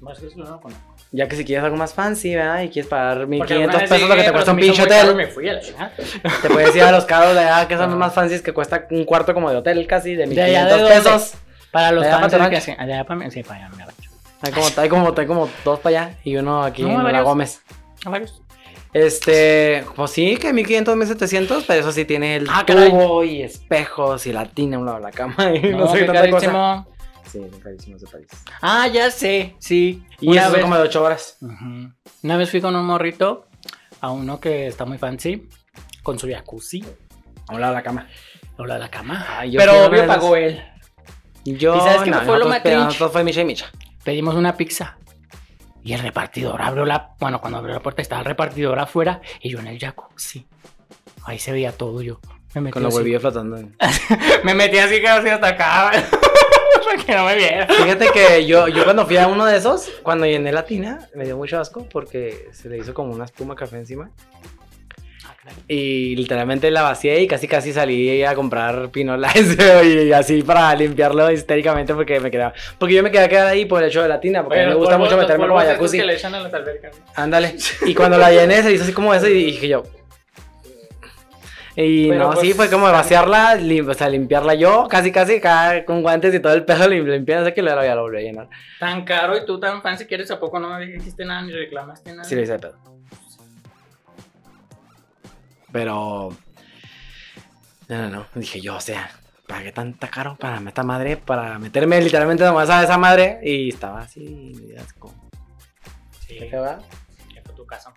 [SPEAKER 1] Más que eso no lo conozco.
[SPEAKER 2] Ya que si quieres algo más fancy, ¿verdad? Y quieres pagar
[SPEAKER 1] Porque alguna
[SPEAKER 2] 500
[SPEAKER 1] vez
[SPEAKER 2] pesos lo que
[SPEAKER 1] llegué,
[SPEAKER 2] te cuesta un
[SPEAKER 1] pero se me hizo
[SPEAKER 2] pinche
[SPEAKER 1] muy caro
[SPEAKER 2] hotel.
[SPEAKER 1] y Me fui a la chingada.
[SPEAKER 2] Te puedes ir a los cabos de allá, que son los
[SPEAKER 1] No.
[SPEAKER 2] más fancies, que cuesta un cuarto como de hotel casi, de
[SPEAKER 1] ¿De allá
[SPEAKER 2] 1500
[SPEAKER 1] de dónde?
[SPEAKER 2] pesos.
[SPEAKER 1] Para los
[SPEAKER 2] Allá para
[SPEAKER 1] fans
[SPEAKER 2] tu
[SPEAKER 1] de
[SPEAKER 2] rancho.
[SPEAKER 1] que hacen- allá para mí, sí, para allá mi rancho.
[SPEAKER 2] Hay como, hay como, hay como dos para allá y uno aquí
[SPEAKER 1] No,
[SPEAKER 2] en La
[SPEAKER 1] varios.
[SPEAKER 2] Gómez.
[SPEAKER 1] A varios.
[SPEAKER 2] Este, pues sí, que 1500, 1700, pero eso sí tiene el
[SPEAKER 1] Ah, caray.
[SPEAKER 2] tubo y espejos y la tina a un lado de la cama y no,
[SPEAKER 1] No,
[SPEAKER 2] sé
[SPEAKER 1] qué
[SPEAKER 2] qué tanta cosa.
[SPEAKER 1] carísimo.
[SPEAKER 2] Sí, bien carísimo ese país.
[SPEAKER 1] Ah, ya sé, sí.
[SPEAKER 2] Y eso son como de 8 horas.
[SPEAKER 1] Ujú. Una vez fui con un morrito a uno que está muy fancy, con su jacuzzi,
[SPEAKER 2] A un lado de la cama.
[SPEAKER 1] o la de la cama.
[SPEAKER 2] Ay, yo fui
[SPEAKER 1] Pero
[SPEAKER 2] una
[SPEAKER 1] obvio
[SPEAKER 2] vez.
[SPEAKER 1] pagó él.
[SPEAKER 2] Yo,
[SPEAKER 1] ¿Y sabes qué fue lo
[SPEAKER 2] nosotros
[SPEAKER 1] más
[SPEAKER 2] pe-
[SPEAKER 1] cringe?
[SPEAKER 2] Nosotros fue Micha y Micha.
[SPEAKER 1] Pedimos una pizza. Y el repartidor abrió la. Bueno, cuando abrió la puerta estaba el repartidor afuera y yo en el jacuzzi. Ahí se veía todo yo. Me metí
[SPEAKER 2] Con los
[SPEAKER 1] así.
[SPEAKER 2] huevillos flotando.
[SPEAKER 1] Me metí así casi hasta acá. para que no me viera.
[SPEAKER 2] Fíjate que yo, yo cuando fui a uno de esos, cuando llené la tina, me dio mucho asco porque se le hizo como una espuma café encima. Y literalmente la vacié y casi casi salí a comprar pinola ese, y así para limpiarlo histéricamente porque me quedaba. Porque yo me quedé a quedar ahí por el hecho de la tina, porque a mí me gusta
[SPEAKER 1] pues,
[SPEAKER 2] mucho meterme como a jacuzzi.
[SPEAKER 1] que le echan a las albercas.
[SPEAKER 2] Ándale. Y cuando la llené se hizo así como eso y dije yo. Y
[SPEAKER 1] Pero,
[SPEAKER 2] no,
[SPEAKER 1] pues,
[SPEAKER 2] sí, fue como vaciarla, lim- o sea, limpiarla yo, casi casi acá con guantes y todo el pedo lim- limpiando, así que luego ya lo volví a llenar.
[SPEAKER 1] Tan caro y tú tan fan si quieres, ¿a poco no me dijiste nada ni reclamaste nada?
[SPEAKER 2] Sí, le hice de pedo. Pero. No, no, no. Dije yo, o sea, pagué tanta caro para esta madre, para meterme literalmente nomás a esa madre. Y estaba así, me dio asco.
[SPEAKER 1] Sí,
[SPEAKER 2] ¿Qué va?
[SPEAKER 1] que fue tu casa.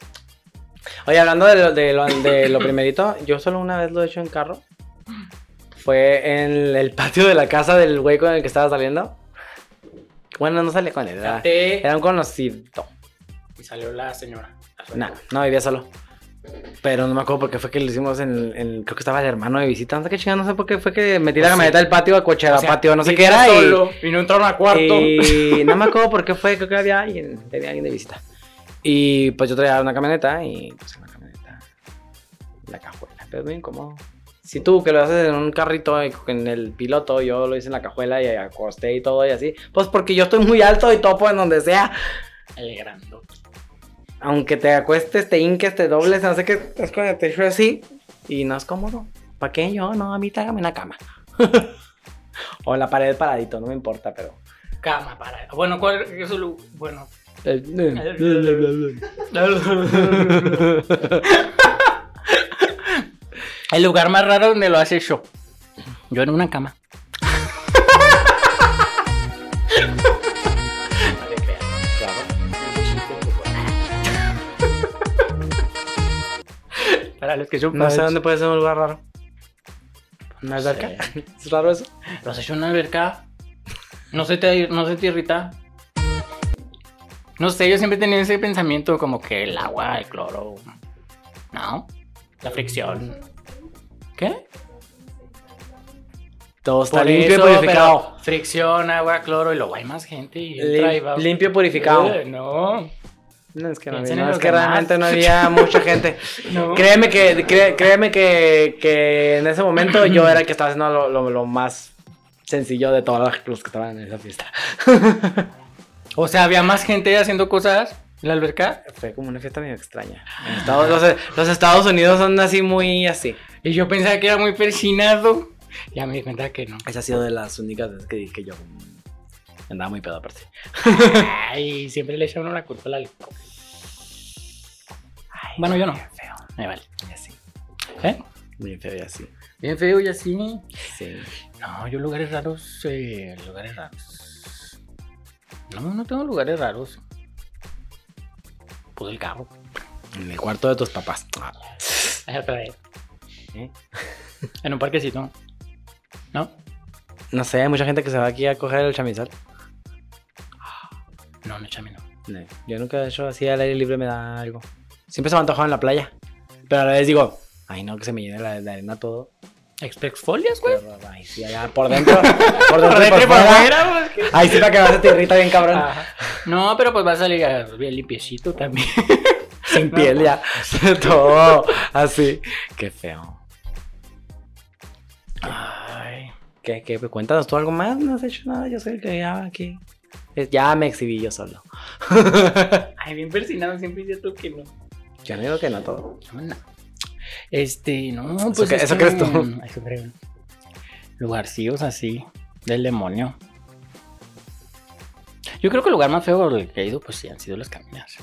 [SPEAKER 2] Oye, hablando de lo, de lo, de lo primerito, yo solo una vez lo he hecho en carro. Fue en el patio de la casa del güey con el que estaba saliendo. Bueno, no salía con él, era,
[SPEAKER 1] Fíjate.
[SPEAKER 2] era un conocido.
[SPEAKER 1] Y salió la señora.
[SPEAKER 2] No, no vivía solo. Pero no me acuerdo por qué fue que lo hicimos en, en- Creo que estaba el hermano de visita, no sé qué chingada, no sé por qué fue que metí la
[SPEAKER 1] O
[SPEAKER 2] camioneta
[SPEAKER 1] sea,
[SPEAKER 2] del patio a cochera
[SPEAKER 1] o sea,
[SPEAKER 2] patio, no sé qué era. Y,
[SPEAKER 1] Solo. Y no entraron a cuarto.
[SPEAKER 2] y no me acuerdo por qué fue, creo que había alguien, tenía alguien de visita. Y pues yo traía una camioneta y pues en la camioneta, la cajuela, pero bien incómodo. Si tú que lo haces en un carrito eh, en el piloto, yo lo hice en la cajuela y acosté y todo y así, pues porque yo estoy muy alto y topo en donde sea.
[SPEAKER 1] El grandote.
[SPEAKER 2] Aunque te acuestes, te hinques, te dobles, no sé qué, estás con el techo así y no es cómodo. ¿Para qué yo? No, a mí trágame una cama. o en la pared paradito, no me importa, pero...
[SPEAKER 1] Cama para. Bueno, ¿cuál es su lu- Bueno. eh, El lugar más raro donde lo hace yo. Yo en una cama. Para los que son
[SPEAKER 2] No sé
[SPEAKER 1] fans.
[SPEAKER 2] dónde puede ser un lugar raro. ¿Una alberca? ¿Es raro eso?
[SPEAKER 1] Lo has hecho en una alberca. No se te, no se te irrita. No sé, yo siempre tenía ese pensamiento como que el agua, el cloro. No. La fricción. ¿Qué?
[SPEAKER 2] Todo está
[SPEAKER 1] Por
[SPEAKER 2] limpio y
[SPEAKER 1] eso,
[SPEAKER 2] purificado.
[SPEAKER 1] pero Fricción, agua, cloro y luego hay más gente y entra y va.
[SPEAKER 2] Lim- Limpio y purificado.
[SPEAKER 1] Eh, No.
[SPEAKER 2] No, es que, no,
[SPEAKER 1] Piensen
[SPEAKER 2] había-
[SPEAKER 1] en
[SPEAKER 2] no, es
[SPEAKER 1] los
[SPEAKER 2] que
[SPEAKER 1] demás.
[SPEAKER 2] realmente no había mucha gente.
[SPEAKER 1] No.
[SPEAKER 2] Créeme que, cre- créeme que, que en ese momento yo era el que estaba haciendo lo, lo- lo más sencillo de todos los que estaban en esa fiesta.
[SPEAKER 1] O sea, había más gente haciendo cosas en la alberca.
[SPEAKER 2] Fue como una fiesta medio extraña. En Estados- los, los Estados Unidos son así muy así.
[SPEAKER 1] Y yo pensaba que era muy persinado. Ya me di cuenta que no.
[SPEAKER 2] Esa ha sido de las únicas veces que dije yo mm, andaba muy pedo aparte.
[SPEAKER 1] Ay, siempre le echa uno la culpa al alcohol. Bueno, yo no. Me vale.
[SPEAKER 2] Y así.
[SPEAKER 1] ¿Eh?
[SPEAKER 2] Muy feo y así.
[SPEAKER 1] Bien feo y así.
[SPEAKER 2] Sí.
[SPEAKER 1] No, yo lugares raros, eh, lugares raros. No, no tengo lugares raros. Pues el carro.
[SPEAKER 2] En el cuarto de tus papás. Ah,
[SPEAKER 1] Ay, otra vez.
[SPEAKER 2] ¿Eh?
[SPEAKER 1] En un parquecito. ¿No?
[SPEAKER 2] No sé, hay mucha gente que se va aquí a coger el chamizal.
[SPEAKER 1] No, no, chame, no.
[SPEAKER 2] No, yo nunca he hecho así al aire libre, me da algo. Siempre se me ha antojado en la playa. Pero a la vez digo, ay no, que se me llene la, la arena todo.
[SPEAKER 1] ¿Exprexfolias, güey?
[SPEAKER 2] Pero, ay, sí, allá por dentro. Por dentro, y
[SPEAKER 1] Por
[SPEAKER 2] por fuera.
[SPEAKER 1] fuera, Ah. pues, que-
[SPEAKER 2] Ay, sí, para que vas a te irrita bien cabrón.
[SPEAKER 1] No, pero pues va a salir ah, bien limpiecito también.
[SPEAKER 2] Sin piel ya. todo así. Qué feo.
[SPEAKER 1] Ay.
[SPEAKER 2] ¿Qué, qué? Cuéntanos tú algo más, no has hecho nada, yo soy el que ya aquí. Eh, Ya me exhibí yo solo.
[SPEAKER 1] Ay, bien persinado, siempre dices tú que no.
[SPEAKER 2] Yo no digo que no todo.
[SPEAKER 1] No, no. Este, no,
[SPEAKER 2] Eso
[SPEAKER 1] pues.
[SPEAKER 2] que-
[SPEAKER 1] es
[SPEAKER 2] eso
[SPEAKER 1] que-
[SPEAKER 2] crees tú.
[SPEAKER 1] Eso creo. Lugarcillos así, del demonio. Yo creo que el lugar más feo al que he ido, pues sí, han sido las caminatas.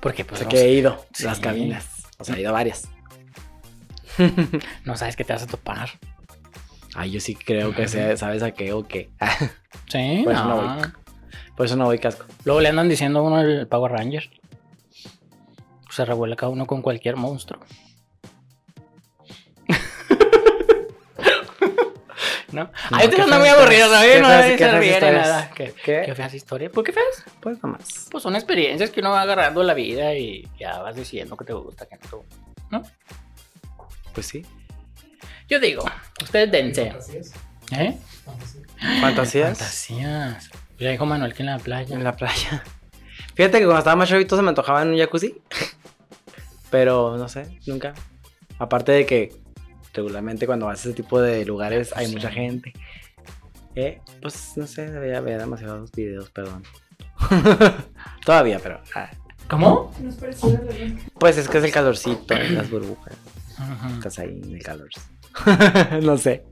[SPEAKER 1] Porque,
[SPEAKER 2] O
[SPEAKER 1] pues,
[SPEAKER 2] sea
[SPEAKER 1] no,
[SPEAKER 2] que he ido a las
[SPEAKER 1] Sí.
[SPEAKER 2] cabinas. O sea, he ido a varias.
[SPEAKER 1] no sabes que te vas a topar.
[SPEAKER 2] Ay, yo sí creo que sé- sabes a qué o qué.
[SPEAKER 1] Sí,
[SPEAKER 2] Pues
[SPEAKER 1] no.
[SPEAKER 2] no voy. Por eso no voy casco.
[SPEAKER 1] Luego le andan diciendo a uno el Power Ranger. Se revuelve cada uno con cualquier monstruo. ¿No? Ay,
[SPEAKER 2] qué
[SPEAKER 1] ustedes andan muy
[SPEAKER 2] feas
[SPEAKER 1] aburridos,
[SPEAKER 2] historias.
[SPEAKER 1] ¿sabes?
[SPEAKER 2] Qué
[SPEAKER 1] No
[SPEAKER 2] feas-
[SPEAKER 1] nadie
[SPEAKER 2] qué
[SPEAKER 1] se
[SPEAKER 2] feas
[SPEAKER 1] ríe ni
[SPEAKER 2] historias.
[SPEAKER 1] nada. ¿Qué,
[SPEAKER 2] ¿Qué?
[SPEAKER 1] qué feas historias. ¿Por qué feas?
[SPEAKER 2] Pues nomás.
[SPEAKER 1] Pues son experiencias que uno va agarrando la vida y ya vas diciendo que te gusta, que no te gusta.
[SPEAKER 2] Pues sí.
[SPEAKER 1] Yo digo, ustedes dense.
[SPEAKER 3] Fantasías.
[SPEAKER 1] ¿Eh?
[SPEAKER 3] fantasías.
[SPEAKER 2] Fantasías.
[SPEAKER 1] Fantasías. Ya dijo Manuel que en la playa.
[SPEAKER 2] En la playa. Fíjate que cuando estaba más chavito se me antojaba en un jacuzzi. Pero no sé, nunca. Aparte de que regularmente cuando vas a ese tipo de lugares hay
[SPEAKER 1] Sí.
[SPEAKER 2] mucha gente. Eh, pues no sé, veía, veía demasiados videos, perdón. Todavía, pero. ah.
[SPEAKER 1] ¿Cómo?
[SPEAKER 4] Nos pareció la verdad.
[SPEAKER 2] Pues es que es el calorcito, las burbujas.
[SPEAKER 1] Ujú.
[SPEAKER 2] Estás ahí en el calor. no sé.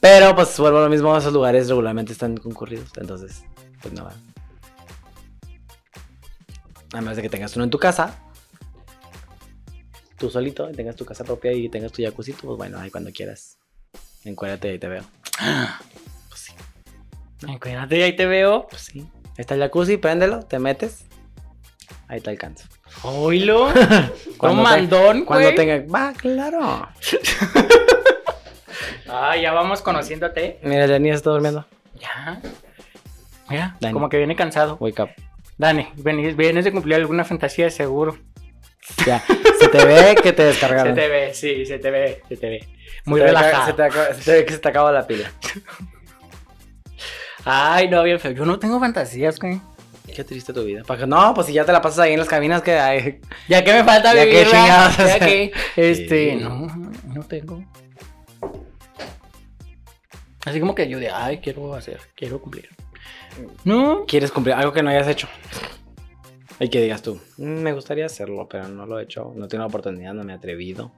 [SPEAKER 2] Pero pues vuelvo a lo mismo, esos lugares regularmente están concurridos, entonces pues no va. A menos de que tengas uno en tu casa, tú solito, y tengas tu casa propia y tengas tu jacuzzi, pues bueno, ahí cuando quieras. Encuérdate y te veo. Pues sí,
[SPEAKER 1] Cuídate, ahí te veo.
[SPEAKER 2] pues sí. Ahí Está el jacuzzi, préndelo, te metes. Ahí te alcanzo.
[SPEAKER 1] Oilo. Con
[SPEAKER 2] Cuando te-
[SPEAKER 1] mandón,
[SPEAKER 2] Cuando
[SPEAKER 1] güey.
[SPEAKER 2] tenga... Va, claro.
[SPEAKER 1] Ah, ya vamos conociéndote.
[SPEAKER 2] Mira, Dani está durmiendo.
[SPEAKER 1] Ya. Mira,
[SPEAKER 2] Dani.
[SPEAKER 1] como que viene cansado.
[SPEAKER 2] Wake up.
[SPEAKER 1] Dani, ven- vienes de cumplir alguna fantasía de seguro.
[SPEAKER 2] Ya, se te ve que te
[SPEAKER 1] Se
[SPEAKER 2] descargaron.
[SPEAKER 1] te ve, sí, se te ve, se te ve. Muy
[SPEAKER 2] Se te ve que-
[SPEAKER 1] relajado.
[SPEAKER 2] Se te, acaba- se te ve que se te acaba la pila.
[SPEAKER 1] Ay, no, bien feo. Yo no tengo fantasías, güey.
[SPEAKER 2] Qué triste tu vida. Paja. No, pues si ya te la pasas ahí en las cabinas que hay.
[SPEAKER 1] Ya que me falta
[SPEAKER 2] Ya que
[SPEAKER 1] vivir, ¿verdad?
[SPEAKER 2] chingados.
[SPEAKER 1] Ya que, este,
[SPEAKER 2] Sí.
[SPEAKER 1] no, no tengo. Así como que yo de, ay, quiero hacer, quiero cumplir. No,
[SPEAKER 2] Quieres cumplir algo que no hayas hecho. Y que digas tú, "Mm, me gustaría hacerlo, pero no lo he hecho. No tengo la oportunidad, no me he atrevido.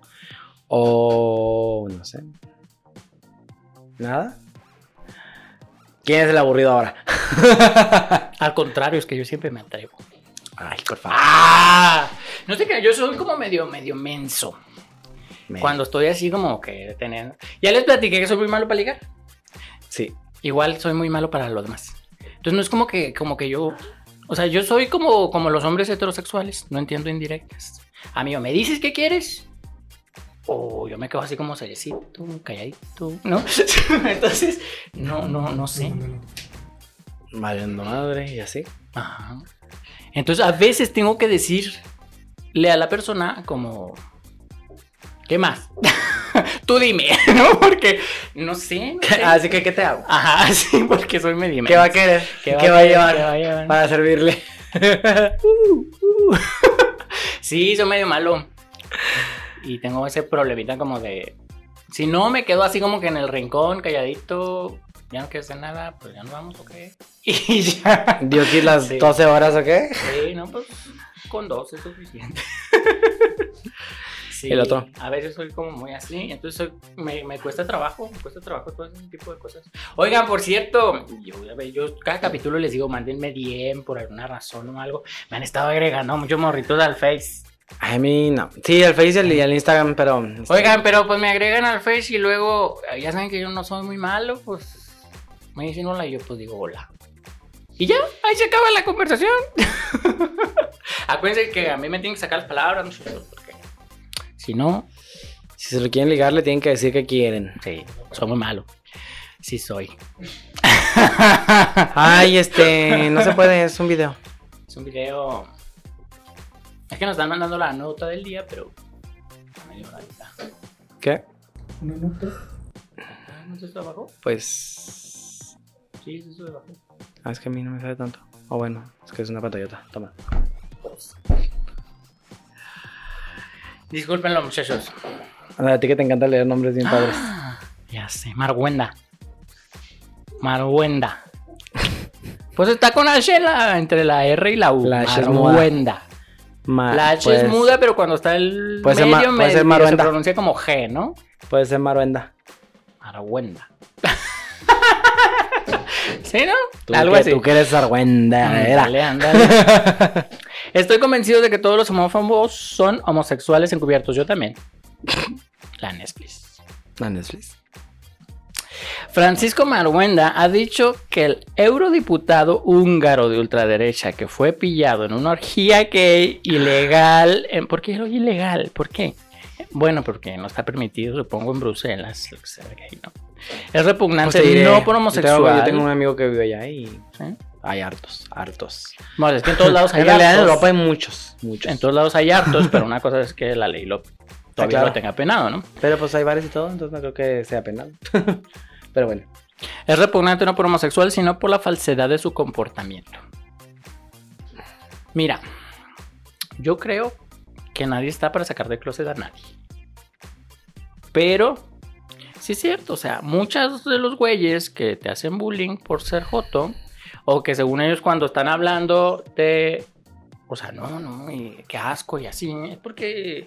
[SPEAKER 2] O no sé. ¿Nada? ¿Quién es el aburrido ahora?
[SPEAKER 1] al contrario, es que yo siempre me atrevo.
[SPEAKER 2] Ay, por favor.
[SPEAKER 1] ¡Ah! No sé qué, yo soy como medio, medio menso.
[SPEAKER 2] Me-
[SPEAKER 1] Cuando estoy así como que teniendo... Ya les platiqué que soy muy malo para ligar.
[SPEAKER 2] Sí.
[SPEAKER 1] Igual soy muy malo para lo demás. Entonces no es como que, como que yo... O sea, yo soy como, como los hombres heterosexuales. No entiendo indirectas. Amigo, ¿me dices qué quieres? O yo me quedo así como seriecito, calladito, ¿no? Entonces, no, no, no sé.
[SPEAKER 3] Mándalo.
[SPEAKER 2] Valiendo madre y así.
[SPEAKER 1] Ajá. Entonces, a veces tengo que decirle a la persona como, ¿qué más? Tú dime, ¿no? Porque, no sé. no sé.
[SPEAKER 2] Así que, ¿qué te hago?
[SPEAKER 1] Ajá, sí, porque soy medio
[SPEAKER 2] ¿Qué va a
[SPEAKER 1] menso.
[SPEAKER 2] querer? ¿Qué va, a
[SPEAKER 1] querer?
[SPEAKER 2] llevar?
[SPEAKER 1] ¿Qué va a llevar?
[SPEAKER 2] Para servirle.
[SPEAKER 1] Sí, soy medio malo. Y tengo ese problemita como de, si no me quedo así como que en el rincón, calladito, ya no quiero hacer nada, pues ya nos vamos, ¿ok? Y ya.
[SPEAKER 2] Dios, ¿y las
[SPEAKER 1] Sí.
[SPEAKER 2] 12 horas o qué?
[SPEAKER 1] Sí, no, pues con dos es suficiente. Sí,
[SPEAKER 2] El otro.
[SPEAKER 1] A veces soy como muy así, entonces soy- me, me cuesta trabajo, me cuesta trabajo todo ese tipo de cosas. Oigan, por cierto, yo, ya ve, yo cada capítulo les digo, mándenme DM por alguna razón o algo. Me han estado agregando muchos morritos al Face.
[SPEAKER 2] A mí no. Sí, el Face y el, y el Instagram, pero. este,
[SPEAKER 1] Oigan, pero pues me agregan al Face y luego, eh, ya saben que yo no soy muy malo, pues me dicen hola y yo pues digo hola. Y ya, ahí se acaba la conversación. Acuérdense que a mí me tienen que sacar las palabras, muchachos, porque si no,
[SPEAKER 2] Si se lo quieren ligar, le tienen que decir que quieren.
[SPEAKER 1] sí, soy muy malo. Sí soy.
[SPEAKER 2] Ay, este. No se puede, es un video.
[SPEAKER 1] Es un video... Es que nos están mandando la nota del día, pero... a medio hora ahorita.
[SPEAKER 2] ¿Qué?
[SPEAKER 3] Una nota.
[SPEAKER 1] Ah, ¿No es esto de abajo?
[SPEAKER 2] Pues.
[SPEAKER 1] Sí, es esto de abajo.
[SPEAKER 2] ah, es que a mí no me sale tanto. O bueno, es que es una pantallota. Toma.
[SPEAKER 1] Disculpenlo, muchachos. Ah,
[SPEAKER 2] A ti que te encanta leer nombres bien padres.
[SPEAKER 1] Ya sé, Marguenda. Marguenda. Pues está con H en la- entre la R y la U.
[SPEAKER 2] La H es muda.
[SPEAKER 1] Marguenda.
[SPEAKER 2] Ma-
[SPEAKER 1] La H es
[SPEAKER 2] pues,
[SPEAKER 1] muda, pero cuando está el
[SPEAKER 2] puede ser
[SPEAKER 1] medio,
[SPEAKER 2] ma- pues puede
[SPEAKER 1] me-
[SPEAKER 2] ser
[SPEAKER 1] medio se
[SPEAKER 2] Marguenda.
[SPEAKER 1] pronuncia como G, ¿no?
[SPEAKER 2] Puede ser Maruenda.
[SPEAKER 1] Marguenda. ¿Sí, no?
[SPEAKER 2] Tú
[SPEAKER 1] Algo
[SPEAKER 2] que-
[SPEAKER 1] así.
[SPEAKER 2] Tú que eres Argüenda, era.
[SPEAKER 1] Ándale, ándale. Estoy convencido de que todos los homófobos son homosexuales encubiertos. Yo también. La Netflix.
[SPEAKER 2] La Netflix.
[SPEAKER 1] Francisco Marhuenda ha dicho que el eurodiputado húngaro de ultraderecha que fue pillado en una orgía gay ilegal. en- ¿Por qué era ilegal? ¿Por qué? Bueno, porque no está permitido, supongo, en Bruselas. lo que sea gay, ¿no? Es repugnante,
[SPEAKER 2] Pues te diré,
[SPEAKER 1] no por
[SPEAKER 2] Yo
[SPEAKER 1] homosexual.
[SPEAKER 2] tengo, yo tengo un amigo que vive allá y
[SPEAKER 1] ¿sí?
[SPEAKER 2] hay hartos, hartos.
[SPEAKER 1] Bueno, es que en todos lados hay
[SPEAKER 2] en realidad en
[SPEAKER 1] hartos.
[SPEAKER 2] Europa hay muchos, muchos.
[SPEAKER 1] En todos lados hay hartos, pero una cosa es que la ley lo todavía
[SPEAKER 2] Ah, claro.
[SPEAKER 1] lo tenga penado, ¿no?
[SPEAKER 2] Pero pues hay bares y todo, entonces no creo que sea penal. Pero bueno,
[SPEAKER 1] Es repugnante no por homosexual, sino por la falsedad de su comportamiento. Mira, yo creo que nadie está para sacar de closet a nadie. Pero, sí es cierto, o sea, muchos de los güeyes que te hacen bullying por ser joto, o que según ellos cuando están hablando te... O sea, no, no, y qué asco y así, es porque...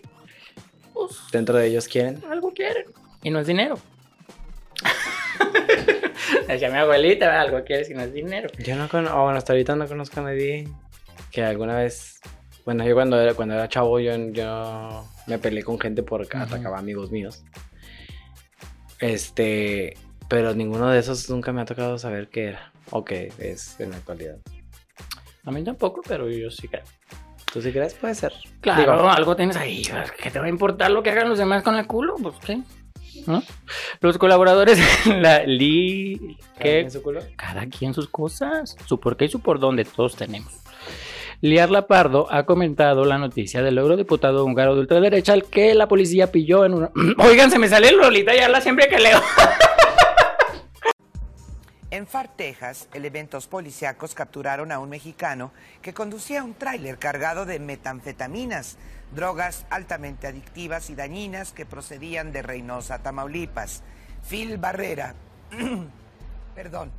[SPEAKER 1] pues,
[SPEAKER 2] dentro de ellos quieren.
[SPEAKER 1] algo quieren. Y no es dinero. Decía mi abuelita, "Ah, algo quieres y no es dinero.
[SPEAKER 2] Yo no conozco, bueno, hasta ahorita no conozco a nadie que alguna vez. Bueno, yo cuando era, cuando era chavo, yo, yo me peleé con gente por que
[SPEAKER 1] Ujú.
[SPEAKER 2] atacaba amigos míos. Este. Pero ninguno de esos nunca me ha tocado saber qué era o qué es en la actualidad.
[SPEAKER 1] A mí tampoco, pero yo sí creo.
[SPEAKER 2] ¿Tú sí crees? Puede ser.
[SPEAKER 1] Claro,
[SPEAKER 2] Digo,
[SPEAKER 1] algo tienes ahí. ¿Qué te va a importar lo que hagan los demás con el culo? Pues qué. ¿No? Los colaboradores en la li... ¿qué?
[SPEAKER 2] ¿En su culo?
[SPEAKER 1] Cada quien sus cosas, su por qué y su por dónde, todos tenemos. Liarla Pardo ha comentado la noticia del eurodiputado húngaro de ultraderecha al que la policía pilló en una... Oigan, se me sale el Lolita y habla siempre que leo.
[SPEAKER 4] En Far, Texas, elementos policíacos capturaron a un mexicano que conducía un tráiler cargado de metanfetaminas, drogas altamente adictivas y dañinas que procedían de Reynosa, Tamaulipas. Phil Barrera, perdón.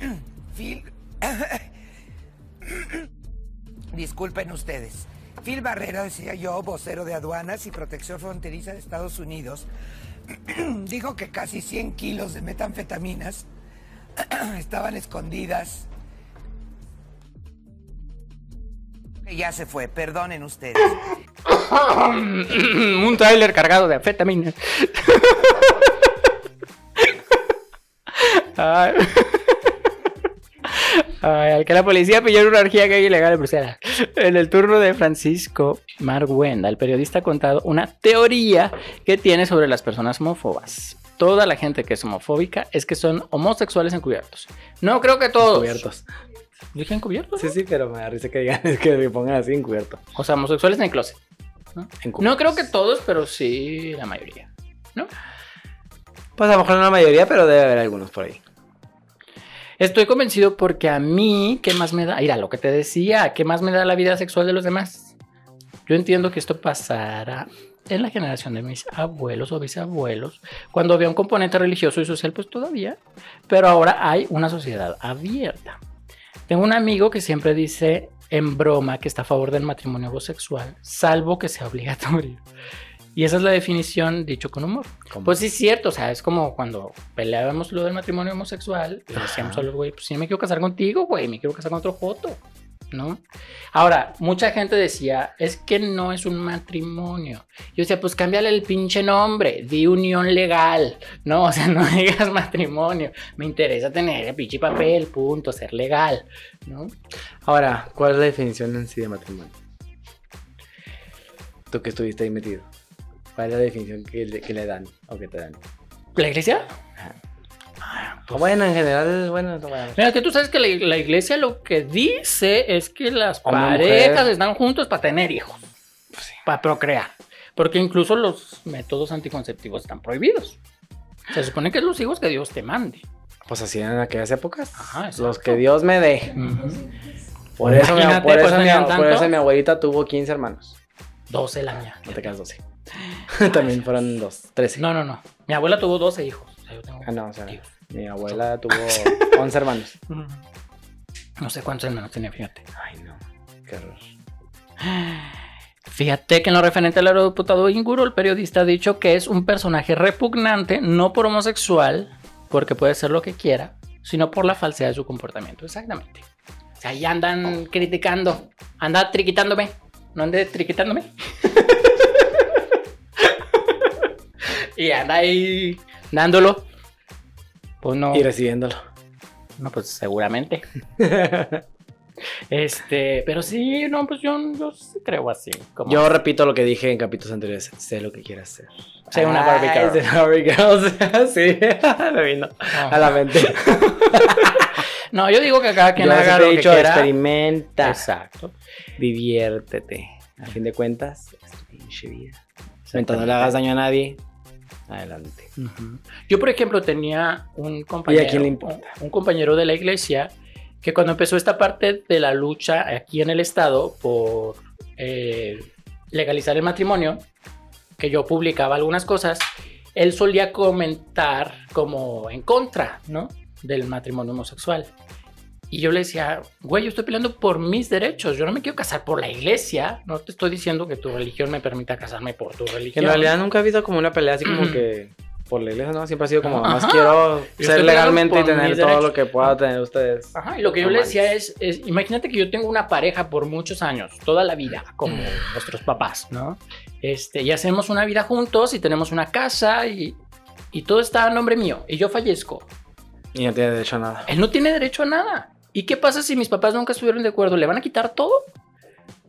[SPEAKER 4] Phil, Disculpen ustedes. Phil Barrera, decía yo, vocero de aduanas y protección fronteriza de Estados Unidos, dijo que casi 100 kilos de metanfetaminas estaban escondidas. Que Ya se fue, perdonen ustedes.
[SPEAKER 1] un tráiler cargado de anfetaminas. Ay. Ay, al que la policía pilló en una orgía gay ilegal en Bruselas. En el turno de Francisco Marguenda, el periodista ha contado una teoría que tiene sobre las personas homófobas. Toda la gente que es homofóbica es que son homosexuales encubiertos. No creo que todos.
[SPEAKER 2] Cubiertos.
[SPEAKER 1] ¿Dije encubiertos?
[SPEAKER 2] Sí, sí, pero me da risa que digan que me pongan así encubierto.
[SPEAKER 1] O sea, homosexuales en el closet. No creo que todos, pero sí la mayoría.
[SPEAKER 2] Pues a lo mejor no la mayoría, pero debe haber algunos por ahí.
[SPEAKER 1] Estoy convencido porque a mí, ¿qué más me da? Mira, lo que te decía, ¿qué más me da la vida sexual de los demás? Yo entiendo que esto pasará en la generación de mis abuelos o bisabuelos, cuando había un componente religioso y social, pues todavía, pero ahora hay una sociedad abierta. Tengo un amigo que siempre dice en broma que está a favor del matrimonio homosexual, salvo que sea obligatorio. Y esa es la definición dicho con humor.
[SPEAKER 2] Como-
[SPEAKER 1] Pues sí, es cierto, o sea, es como cuando peleábamos lo del matrimonio homosexual y decíamos a los güey, pues sí me quiero casar contigo, güey, me quiero casar con otro joto, ¿no? Ahora, mucha gente decía, es que no es un matrimonio. Yo decía, pues cámbiale el pinche nombre, di unión legal, ¿no? O sea, no digas matrimonio, me interesa tener el pinche papel, punto, ser legal, ¿no?
[SPEAKER 2] Ahora, ¿cuál es la definición en sí de matrimonio? Tú que estuviste ahí metido. ¿Cuál es la definición que le, que le dan o que te dan?
[SPEAKER 1] ¿La iglesia?
[SPEAKER 2] O bueno, en general, bueno, no, bueno.
[SPEAKER 1] Mira, que tú sabes que la, la iglesia lo que dice es que las
[SPEAKER 2] Hombre,
[SPEAKER 1] parejas
[SPEAKER 2] mujer. Pues
[SPEAKER 1] están juntos para tener hijos, para procrear, porque incluso los métodos anticonceptivos están prohibidos. Se supone que es los hijos que Dios te mande.
[SPEAKER 2] Pues así eran en aquellas épocas.
[SPEAKER 1] Ajá, exacto.
[SPEAKER 2] Los que Dios me dé. Por eso, mi,
[SPEAKER 1] Imagínate,
[SPEAKER 2] por
[SPEAKER 1] pues,
[SPEAKER 2] eso mi-
[SPEAKER 1] tenían
[SPEAKER 2] por eso
[SPEAKER 1] tanto.
[SPEAKER 2] mi abuelita tuvo 15 hermanos.
[SPEAKER 1] 12 la mía.
[SPEAKER 2] No te quedas 12. También fueron dos, trece.
[SPEAKER 1] No, no, no. Mi abuela tuvo 12 hijos. O sea, yo tengo
[SPEAKER 2] Ah, no, o sea,
[SPEAKER 1] tíos.
[SPEAKER 2] mi abuela tuvo 11 hermanos.
[SPEAKER 1] Mm. No sé cuántos hermanos tenía, fíjate.
[SPEAKER 2] Ay, no, qué horror.
[SPEAKER 1] Fíjate que en lo referente al eurodiputado Inguro, el periodista ha dicho que es un personaje repugnante, no por homosexual, porque puede ser lo que quiera, sino por la falsedad de su comportamiento. Exactamente. O sea, ahí andan criticando, anda triquitándome, no ande triquitándome. y anda ahí dándolo. Pues no.
[SPEAKER 2] Y recibiéndolo.
[SPEAKER 1] No, pues seguramente. este, pero sí, no, pues yo, yo sí creo así. Como
[SPEAKER 2] Yo repito lo que dije en capítulos anteriores. Sé lo que quieras hacer.
[SPEAKER 1] Sé una Barbie
[SPEAKER 2] Ay,
[SPEAKER 1] girl.
[SPEAKER 2] sé una Ah, Barbie girl. sí, me vino
[SPEAKER 1] Ajá.
[SPEAKER 2] a la mente.
[SPEAKER 1] No, yo digo que cada quien
[SPEAKER 2] Yo
[SPEAKER 1] haga
[SPEAKER 2] siempre
[SPEAKER 1] lo
[SPEAKER 2] he
[SPEAKER 1] que
[SPEAKER 2] dicho,
[SPEAKER 1] quiera.
[SPEAKER 2] experimenta,
[SPEAKER 1] Exacto.
[SPEAKER 2] diviértete. A fin de cuentas, es tu pinche vida. Mientras no le hagas daño a nadie, adelante.
[SPEAKER 1] Ujú. Yo, por ejemplo, tenía un compañero.
[SPEAKER 2] quién le importa?
[SPEAKER 1] Un compañero de la iglesia que cuando empezó esta parte de la lucha aquí en el estado por eh, legalizar el matrimonio, que yo publicaba algunas cosas, él solía comentar como en contra, ¿no? Del matrimonio homosexual. Y yo le decía, güey, yo estoy peleando por mis derechos, yo no me quiero casar por la iglesia, no te estoy diciendo que tu religión me permita casarme por tu
[SPEAKER 2] Que
[SPEAKER 1] religión.
[SPEAKER 2] en realidad nunca ha habido como una pelea así como
[SPEAKER 1] Ujú.
[SPEAKER 2] que por la iglesia, ¿no? Siempre ha sido como,
[SPEAKER 1] Ajá.
[SPEAKER 2] más quiero
[SPEAKER 1] estoy
[SPEAKER 2] ser legalmente y
[SPEAKER 1] peleando por
[SPEAKER 2] tener
[SPEAKER 1] mis
[SPEAKER 2] todo
[SPEAKER 1] derechos.
[SPEAKER 2] lo que pueda tener ustedes.
[SPEAKER 1] Ajá, y lo que yo
[SPEAKER 2] No
[SPEAKER 1] le
[SPEAKER 2] manches.
[SPEAKER 1] decía es, es, imagínate que yo tengo una pareja por muchos años, toda la vida, como
[SPEAKER 2] Mm.
[SPEAKER 1] nuestros papás, ¿no? Este, y hacemos una vida juntos y tenemos una casa y, y todo está a nombre mío y yo fallezco.
[SPEAKER 2] Y no tiene derecho a nada.
[SPEAKER 1] Él no tiene derecho a nada. ¿Y qué pasa si mis papás nunca estuvieron de acuerdo? ¿Le van a quitar todo?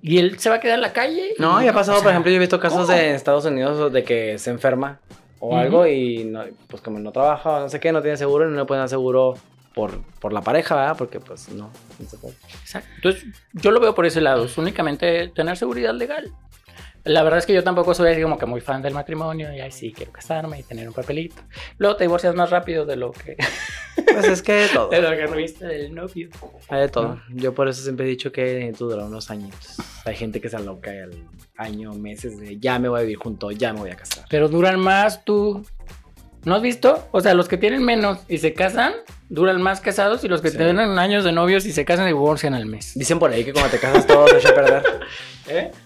[SPEAKER 1] ¿Y él se va a quedar en la calle?
[SPEAKER 2] No, y ha pasado,
[SPEAKER 1] o sea,
[SPEAKER 2] por ejemplo, yo he visto casos
[SPEAKER 1] ¿cómo?
[SPEAKER 2] de Estados Unidos de que se enferma o
[SPEAKER 1] Ujú.
[SPEAKER 2] algo y no- pues como no trabaja o no sé qué, no tiene seguro y no le pueden dar seguro por, por la pareja, ¿verdad? Porque pues no, no se puede.
[SPEAKER 1] Exacto. Entonces, yo lo veo por ese lado, es únicamente tener seguridad legal. La verdad es que yo tampoco soy así como que muy fan del matrimonio y ay, sí, quiero casarme y tener un papelito. Luego te divorcias más rápido de lo que,
[SPEAKER 2] Pues es que de todo,
[SPEAKER 1] de lo que tuviste del novio.
[SPEAKER 2] hay de todo. Yo por eso siempre he dicho que necesito durar unos añitos. Hay gente que se aloca al año, meses de ya me voy a vivir junto, ya me voy a casar.
[SPEAKER 1] Pero duran más tú. ¿No has visto? O sea, los que tienen menos y se casan, duran más casados y los que
[SPEAKER 2] Sí.
[SPEAKER 1] tienen años de novios y se casan y divorcian al mes.
[SPEAKER 2] Dicen por ahí que cuando te casas todo se echa a perder.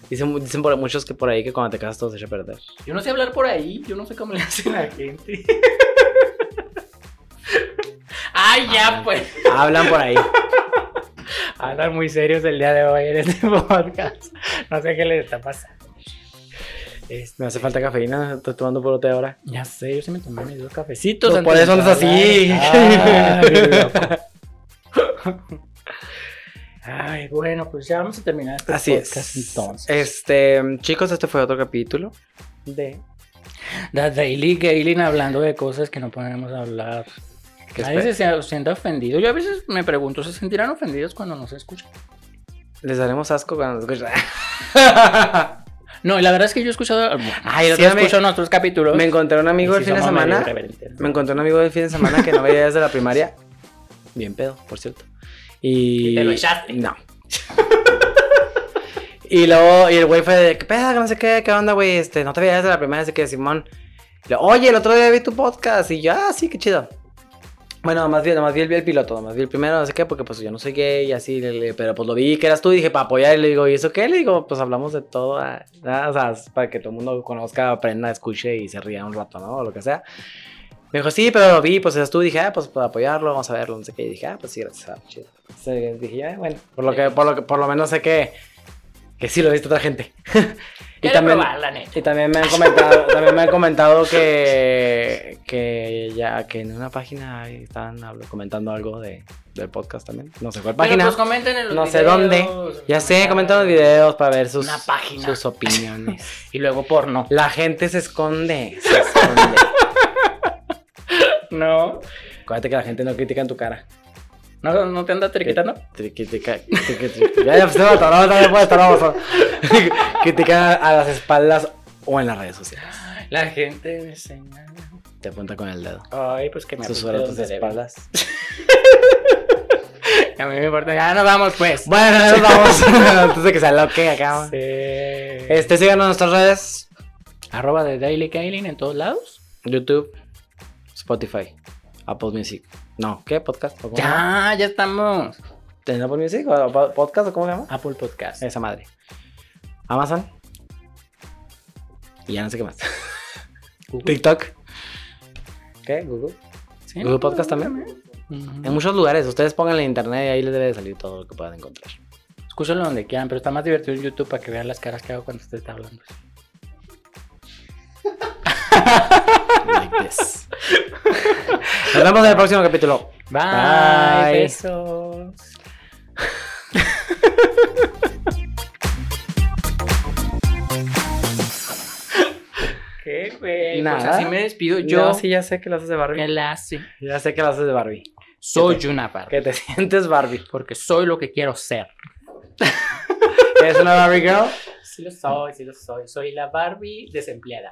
[SPEAKER 2] Dicen, dicen por muchos que por ahí que cuando te casas todo se echa a perder.
[SPEAKER 1] Yo no sé hablar por ahí, yo no sé cómo le hacen a la gente. Ay, ya pues.
[SPEAKER 2] Hablan por ahí.
[SPEAKER 1] Hablan muy serios el día de hoy en este podcast. No sé qué les está pasando.
[SPEAKER 2] Me hace falta cafeína, estoy tomando por té ahora.
[SPEAKER 1] Ya sé, yo sí me tomé mis dos cafecitos.
[SPEAKER 2] No,
[SPEAKER 1] antes
[SPEAKER 2] por
[SPEAKER 1] de
[SPEAKER 2] eso andas así.
[SPEAKER 1] hablar. Ay, loco. Ay, bueno, pues ya vamos a terminar este
[SPEAKER 2] Así
[SPEAKER 1] podcast
[SPEAKER 2] es.
[SPEAKER 1] entonces.
[SPEAKER 2] Este, chicos, este fue otro capítulo de
[SPEAKER 1] The Daily Galen hablando de cosas que no podemos hablar.
[SPEAKER 2] ¿Qué
[SPEAKER 1] Nadie
[SPEAKER 2] espe-
[SPEAKER 1] se sea- sienta ofendido. Yo a veces me pregunto, ¿se sentirán ofendidos cuando nos escuchan?
[SPEAKER 2] les daremos asco cuando nos escuchen.
[SPEAKER 1] No, y la verdad es que yo he escuchado.
[SPEAKER 2] Ay,
[SPEAKER 1] Ay,
[SPEAKER 2] el
[SPEAKER 1] yo
[SPEAKER 2] otro día me-
[SPEAKER 1] escucho nuestros capítulos.
[SPEAKER 2] Me encontré un amigo
[SPEAKER 1] Y
[SPEAKER 2] el
[SPEAKER 1] sí
[SPEAKER 2] fin de
[SPEAKER 1] somos medio
[SPEAKER 2] semana.
[SPEAKER 1] irreverentes, ¿no?
[SPEAKER 2] Me encontré un amigo el fin de semana que no veía desde la primaria. Bien pedo, por cierto. Y.
[SPEAKER 1] ¿Y te lo echaste?
[SPEAKER 2] No. y luego, y el güey fue de, ¿qué pedo? Que No sé qué, ¿qué onda, güey? Este, no te veía desde la primaria, así que Simón. Y luego, Oye, el otro día vi tu podcast. Y yo, ah, sí, qué chido. Bueno, nomás vi, nomás vi el, vi el piloto, nomás vi el primero, no sé qué, porque pues yo no soy gay y así, le- le- pero pues lo vi que eras tú y dije, para apoyar, y le digo, ¿y eso qué? Le digo, pues hablamos de todo, ah, ah, o sea, es para que todo el mundo conozca, aprenda, escuche y se ría un rato, ¿no? O lo que sea. Me dijo, sí, pero lo vi, pues eras tú, y dije, ah, pues para apoyarlo, vamos a verlo, no sé qué, y dije, ah, pues sí, gracias, ah, chido. Entonces, dije, ya, bueno, por lo, que, por, lo que, por lo menos sé que, que sí lo viste otra gente.
[SPEAKER 1] Quiero probar, la neta.
[SPEAKER 2] Y también me han comentado, también me han comentado que, que ya que en una página ahí estaban hablo- comentando algo de, del podcast también. No sé cuál página.
[SPEAKER 1] Pero, pues, comenten en los
[SPEAKER 2] no sé
[SPEAKER 1] videos,
[SPEAKER 2] dónde. Ya sé,
[SPEAKER 1] comenten-
[SPEAKER 2] comentan los videos para ver sus,
[SPEAKER 1] Una página.
[SPEAKER 2] sus opiniones.
[SPEAKER 1] Y luego porno.
[SPEAKER 2] La gente se esconde. Se esconde.
[SPEAKER 1] No.
[SPEAKER 2] Acuérdate que la gente no critica en tu cara.
[SPEAKER 1] ¿No, no te anda triquitando?
[SPEAKER 2] Tri- Critica, critica- tri- ya, ya, pues, se me atoró, también puede atorar, vamos a- Critica a las espaldas o en las redes sociales.
[SPEAKER 1] La gente me señala.
[SPEAKER 2] Te apunta con el dedo.
[SPEAKER 1] Ay, pues que me
[SPEAKER 2] Susurra
[SPEAKER 1] apunte
[SPEAKER 2] tus
[SPEAKER 1] donde debe.
[SPEAKER 2] espaldas.
[SPEAKER 1] A mí me importa. Ya nos vamos, pues.
[SPEAKER 2] Bueno, ya nos vamos. Antes de que se aloque acá.
[SPEAKER 1] Sí.
[SPEAKER 2] Este, síganos en nuestras redes.
[SPEAKER 1] Eh, Arroba de Daily Kailin en todos lados.
[SPEAKER 2] YouTube, Spotify, Apple Music. No, ¿qué? ¿Podcast? ¿O cómo se llama?
[SPEAKER 1] Ya, ya estamos.
[SPEAKER 2] ¿En Apple Music? ¿O po- ¿Podcast? ¿O cómo se llama?
[SPEAKER 1] Apple Podcast.
[SPEAKER 2] Esa madre. Amazon. Y ya no sé qué más.
[SPEAKER 1] Google.
[SPEAKER 2] TikTok. ¿Qué? Google.
[SPEAKER 1] Sí,
[SPEAKER 2] Google Podcast también. En
[SPEAKER 1] Ujú.
[SPEAKER 2] muchos lugares. Ustedes pongan en internet y ahí les debe de salir todo lo que puedan encontrar.
[SPEAKER 1] Escúchalo donde quieran, pero está más divertido en YouTube para que vean las caras que hago cuando usted está hablando.
[SPEAKER 2] Like this. Nos vemos en el próximo capítulo.
[SPEAKER 1] Bye.
[SPEAKER 2] Bye.
[SPEAKER 1] Besos. ¿Qué, güey? Pues
[SPEAKER 2] Nada.
[SPEAKER 1] así me despido yo.
[SPEAKER 2] Yo sí ya sé que lo haces de Barbie.
[SPEAKER 1] me la hace.
[SPEAKER 2] Ya sé que lo haces de Barbie.
[SPEAKER 1] Soy una Barbie.
[SPEAKER 2] Que te sientes Barbie.
[SPEAKER 1] Porque soy lo que quiero ser.
[SPEAKER 2] ¿Eres una Barbie girl?
[SPEAKER 1] Sí lo soy, sí lo soy. Soy la Barbie desempleada.